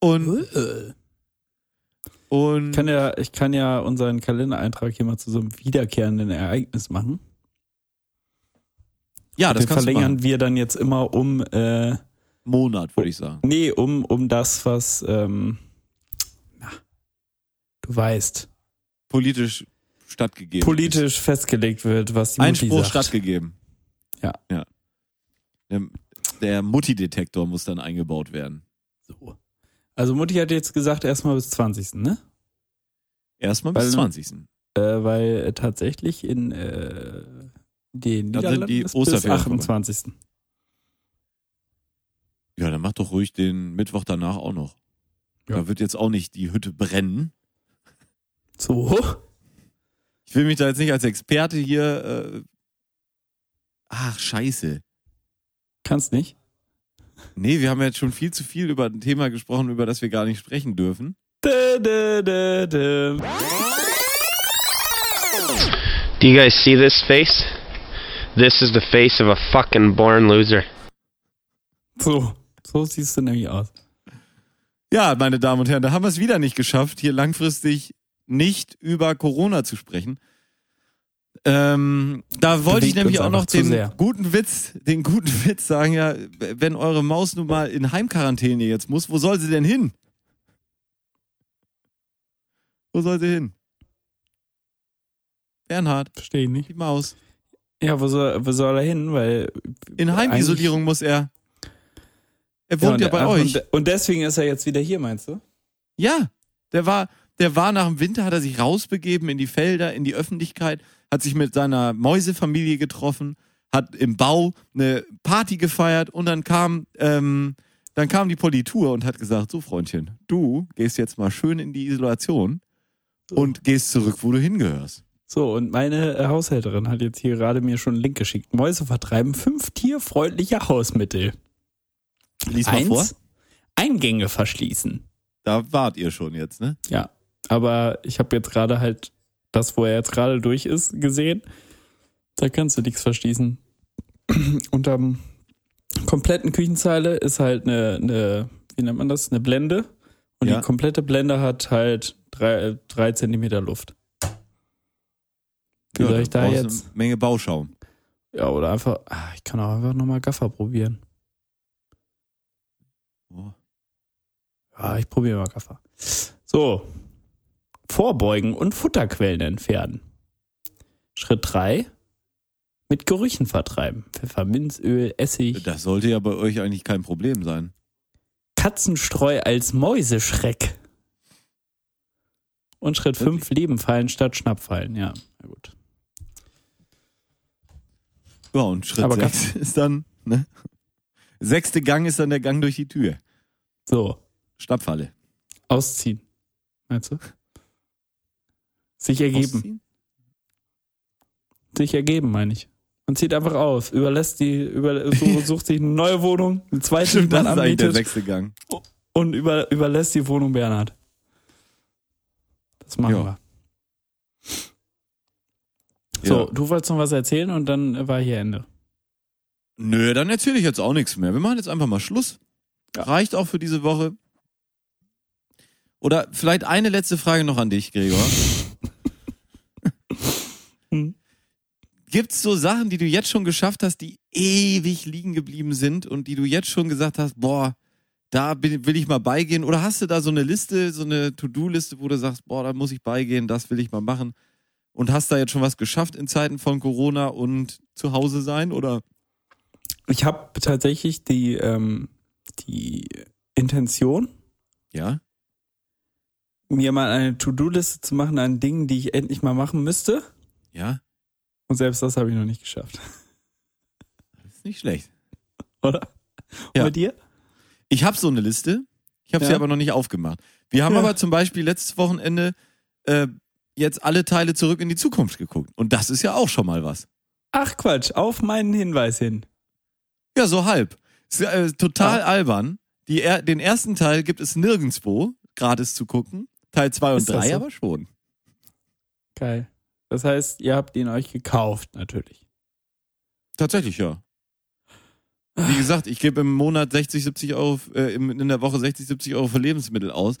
S2: Und,
S3: Ich
S2: und
S3: kann ja, ich kann ja unseren Kalendereintrag hier mal zu so einem wiederkehrenden Ereignis machen.
S2: Ja, Ah, das
S3: den
S2: kannst du
S3: verlängern
S2: machen.
S3: wir dann jetzt immer um, äh,
S2: Monat, würde ich sagen.
S3: nee, um, um das, was, ähm, na, du weißt,
S2: Politisch stattgegeben.
S3: politisch festgelegt wird, was die Mutti
S2: Einspruch
S3: sagt.
S2: stattgegeben.
S3: Ja.
S2: ja. Der, der Mutti-Detektor muss dann eingebaut werden.
S3: So. Also Mutti hat jetzt gesagt, erstmal bis 20. Ne?
S2: Erstmal
S3: Weil-
S2: bis 20.
S3: Äh, weil äh, tatsächlich in äh, den
S2: Da sind
S3: Niederlanden
S2: die
S3: ist bis
S2: Osterferien vorbei.
S3: 28.
S2: Ja, dann mach doch ruhig den Mittwoch danach auch noch.
S3: Ja.
S2: Da wird jetzt auch nicht die Hütte brennen.
S3: So.
S2: Ich will mich da jetzt nicht als Experte hier. Äh... Ach, scheiße.
S3: Kannst nicht.
S2: Nee, wir haben jetzt schon viel zu viel über ein Thema gesprochen, über das wir gar nicht sprechen dürfen.
S3: Dö, dö, dö, dö.
S7: Do you guys see this face? This is the face of a fucking born loser.
S3: So. So siehst du nämlich aus.
S2: Ja, meine Damen und Herren, da haben wir es wieder nicht geschafft, hier langfristig nicht über Corona zu sprechen. Ähm, da wollte ich
S3: Bewegt
S2: nämlich
S3: uns
S2: auch noch
S3: einfach zu
S2: den
S3: sehr.
S2: guten Witz, den guten Witz sagen ja, wenn eure Maus nun mal in Heimquarantäne jetzt muss, wo soll sie denn hin? Wo soll sie hin? Bernhard,
S3: Verstehe ich nicht.
S2: die Maus.
S3: Ja, wo soll, wo soll er hin? Weil
S2: In Heimisolierung muss er. Er wohnt ja,
S3: und-
S2: bei
S3: ach,
S2: euch.
S3: Und, und deswegen ist er jetzt wieder hier, meinst du?
S2: Ja, der war, der war nach dem Winter, hat er sich rausbegeben in die Felder, in die Öffentlichkeit, hat sich mit seiner Mäusefamilie getroffen, hat im Bau eine Party gefeiert und dann kam, ähm, dann kam die Politur und hat gesagt, so Freundchen, du gehst jetzt mal schön in die Isolation und gehst zurück, wo du hingehörst.
S3: So, und meine äh, Haushälterin hat jetzt hier gerade mir schon einen Link geschickt. Mäuse vertreiben fünf tierfreundliche Hausmittel.
S2: Lies mal
S3: Eins,
S2: vor.
S4: Eingänge verschließen.
S2: Da wart ihr schon jetzt, ne?
S3: Ja, aber ich habe jetzt gerade halt das, wo er jetzt gerade durch ist, gesehen. Da kannst du nichts verschließen. Unterm kompletten Küchenzeile ist halt eine, eine wie nennt man das, eine Blende. Und
S2: Ja.
S3: die komplette Blende hat halt drei, äh, drei Zentimeter Luft. Wie soll ich da
S2: brauchst du
S3: jetzt?
S2: Eine Menge Bauschaum.
S3: Ja, oder einfach, ah, ich kann auch einfach nochmal Gaffer probieren.
S2: Oh.
S3: Ja, Ah, ich probiere mal Gaffer. So. Vorbeugen und Futterquellen entfernen. Schritt drei Mit Gerüchen vertreiben. Pfefferminzöl, Essig,
S2: Das sollte ja bei euch eigentlich kein Problem sein.
S3: Katzenstreu als Mäuseschreck. Und Schritt fünf Leben fallen statt Schnappfallen. Ja, na gut.
S2: Ja, und Schritt
S3: Aber
S2: sechs ist dann, ne? Sechste Gang ist dann der Gang durch die Tür.
S3: So.
S2: Schnappfalle.
S3: Ausziehen. Meinst du? Sich ergeben.
S2: Ausziehen?
S3: Sich ergeben, meine ich. Man zieht einfach auf, überlässt die, über, so, sucht sich eine neue Wohnung, eine zweite,
S2: Stimmt,
S3: die
S2: das
S3: man
S2: ist eigentlich der
S3: anbietet.
S2: sechste Gang.
S3: und über, überlässt die Wohnung Bernhard. Das machen
S2: Ja.
S3: wir. So,
S2: So. Ja.
S3: du wolltest noch was erzählen und dann äh, war hier Ende.
S2: Nö, dann erzähle ich jetzt auch nichts mehr. Wir machen jetzt einfach mal Schluss. Reicht auch für diese Woche. Oder vielleicht eine letzte Frage noch an dich, Gregor.
S3: Hm.
S2: Gibt's so Sachen, die du jetzt schon geschafft hast, die ewig liegen geblieben sind und die du jetzt schon gesagt hast, boah, da bin, will ich mal beigehen? Oder hast du da so eine Liste, so eine To-Do-Liste, wo du sagst, boah, da muss ich beigehen, das will ich mal machen? Und hast da jetzt schon was geschafft in Zeiten von Corona und zu Hause sein? Oder
S3: Ich habe tatsächlich die, ähm, die Intention,
S2: ja?
S3: mir mal eine To-Do-Liste zu machen an Dingen, die ich endlich mal machen müsste.
S2: Ja,
S3: Und selbst das habe ich noch nicht geschafft.
S2: ist nicht schlecht.
S3: Oder?
S2: Ja.
S3: Und bei dir?
S2: Ich habe so eine Liste, ich habe sie
S3: Ja.
S2: aber noch nicht aufgemacht. Wir haben
S3: Ja.
S2: aber zum Beispiel letztes Wochenende äh, jetzt alle Teile zurück in die Zukunft geguckt. Und das ist ja auch schon mal was.
S3: Ach Quatsch, auf meinen Hinweis hin.
S2: Ja, so halb. Ist, ja, äh, total
S3: Ja.
S2: albern. Die, er, den ersten Teil gibt es nirgendwo gratis zu gucken. Teil 2 und
S3: Ist das
S2: 3
S3: so?
S2: aber schon.
S3: Geil. Das heißt, ihr habt ihn euch gekauft, natürlich.
S2: Tatsächlich, ja. Wie gesagt, ich gebe im Monat 60, 70 Euro, äh, im- in der Woche 60, 70 Euro für Lebensmittel aus.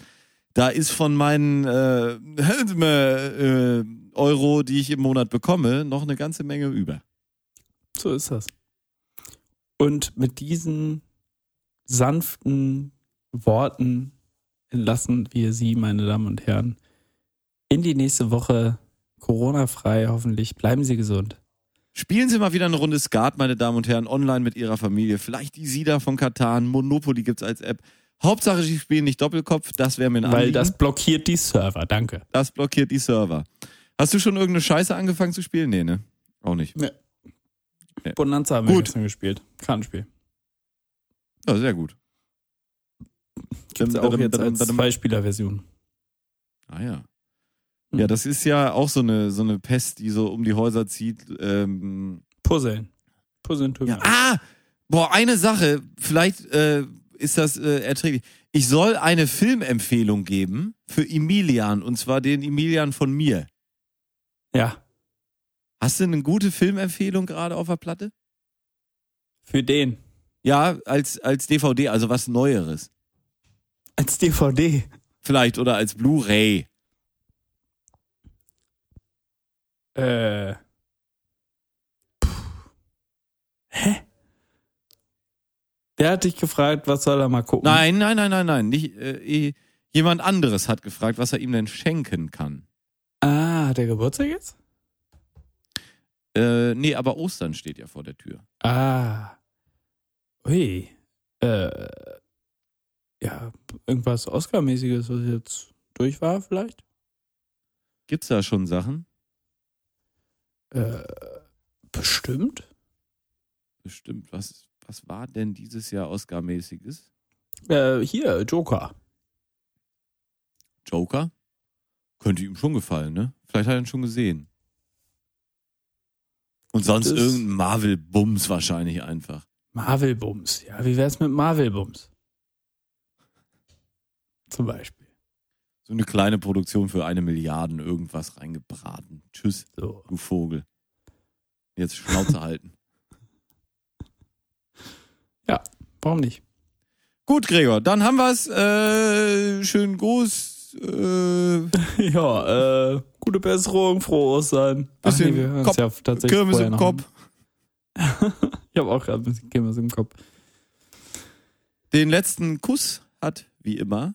S2: Da ist von meinen äh, äh, Euro, die ich im Monat bekomme, noch eine ganze Menge über.
S3: So ist das. Und mit diesen sanften Worten entlassen wir Sie, meine Damen und Herren, in die nächste Woche. Corona-frei, hoffentlich. Bleiben Sie gesund.
S2: Spielen Sie mal wieder eine Runde Skat, meine Damen und Herren, online mit Ihrer Familie. Vielleicht die Sida von Katan, Monopoly gibt's als App. Hauptsache, Sie spielen nicht Doppelkopf, das wäre mir ein
S3: Weil
S2: Anliegen.
S3: das blockiert die Server. Danke.
S2: das blockiert die Server. Hast du schon irgendeine Scheiße angefangen zu spielen? Nee, ne? Auch nicht.
S3: Bonanza haben wir
S2: Gut.
S3: gestern gespielt. Kartenspiel.
S2: Ja, sehr gut.
S3: Gibt's
S2: Dum,
S3: auch
S2: dum,
S3: jetzt
S2: dum,
S3: als
S2: dum.
S3: Zweispieler-Version.
S2: Ah ja.
S3: Hm.
S2: Ja, das ist ja auch so eine, so eine Pest, die so um die Häuser zieht. Ähm,
S3: Puzzeln. Puzzeln tun wir.
S2: Ah! Boah, eine Sache, vielleicht äh, ist das äh, erträglich. Ich soll eine Filmempfehlung geben für Emilian, und zwar den Emilian von mir.
S3: Ja,
S2: Hast du eine gute Filmempfehlung gerade auf der Platte?
S3: für den.
S2: Ja, als, als DVD, also was Neueres.
S3: Als DVD.
S2: Vielleicht oder als Blu-ray.
S3: Äh. Puh. Hä? Der hat dich gefragt, was soll er mal gucken?
S2: Nein, nein, nein, nein, nein. Nicht, äh, eh, jemand anderes hat gefragt, was er ihm denn schenken kann.
S3: Ah, hat der Geburtstag jetzt?
S2: Äh, nee, aber Ostern steht ja vor der Tür.
S3: Ah. Ui. Äh. Ja, irgendwas Oscar-mäßiges, was jetzt durch war, vielleicht?
S2: Gibt's da schon Sachen?
S3: Äh. Bestimmt.
S2: Bestimmt. Was, was war denn dieses Jahr Oscar-mäßiges?
S3: Äh, hier, Joker.
S2: Joker? Könnte ihm schon gefallen, ne? Vielleicht hat er ihn schon gesehen. Und sonst
S3: Das-
S2: irgendein Marvel-Bums wahrscheinlich einfach.
S3: Marvel-Bums. Ja, wie wär's mit Marvel-Bums? Zum Beispiel.
S2: So eine kleine Produktion für eine Milliarde irgendwas reingebraten. Tschüss,
S3: So.
S2: du Vogel. Jetzt Schnauze halten.
S3: Warum nicht?
S2: Gut, Gregor, dann haben wir's. Äh, schönen Gruß. Äh,
S3: Ja, äh, gute Besserung, frohe Ostern.
S2: Bisschen
S3: hören uns
S2: Kopf-
S3: ja tatsächlich
S2: Kirmes
S3: vorher
S2: im
S3: noch.
S2: Kopf.
S3: Ich habe auch gerade ein bisschen Kirmes im Kopf.
S2: Den letzten Kuss hat, wie immer,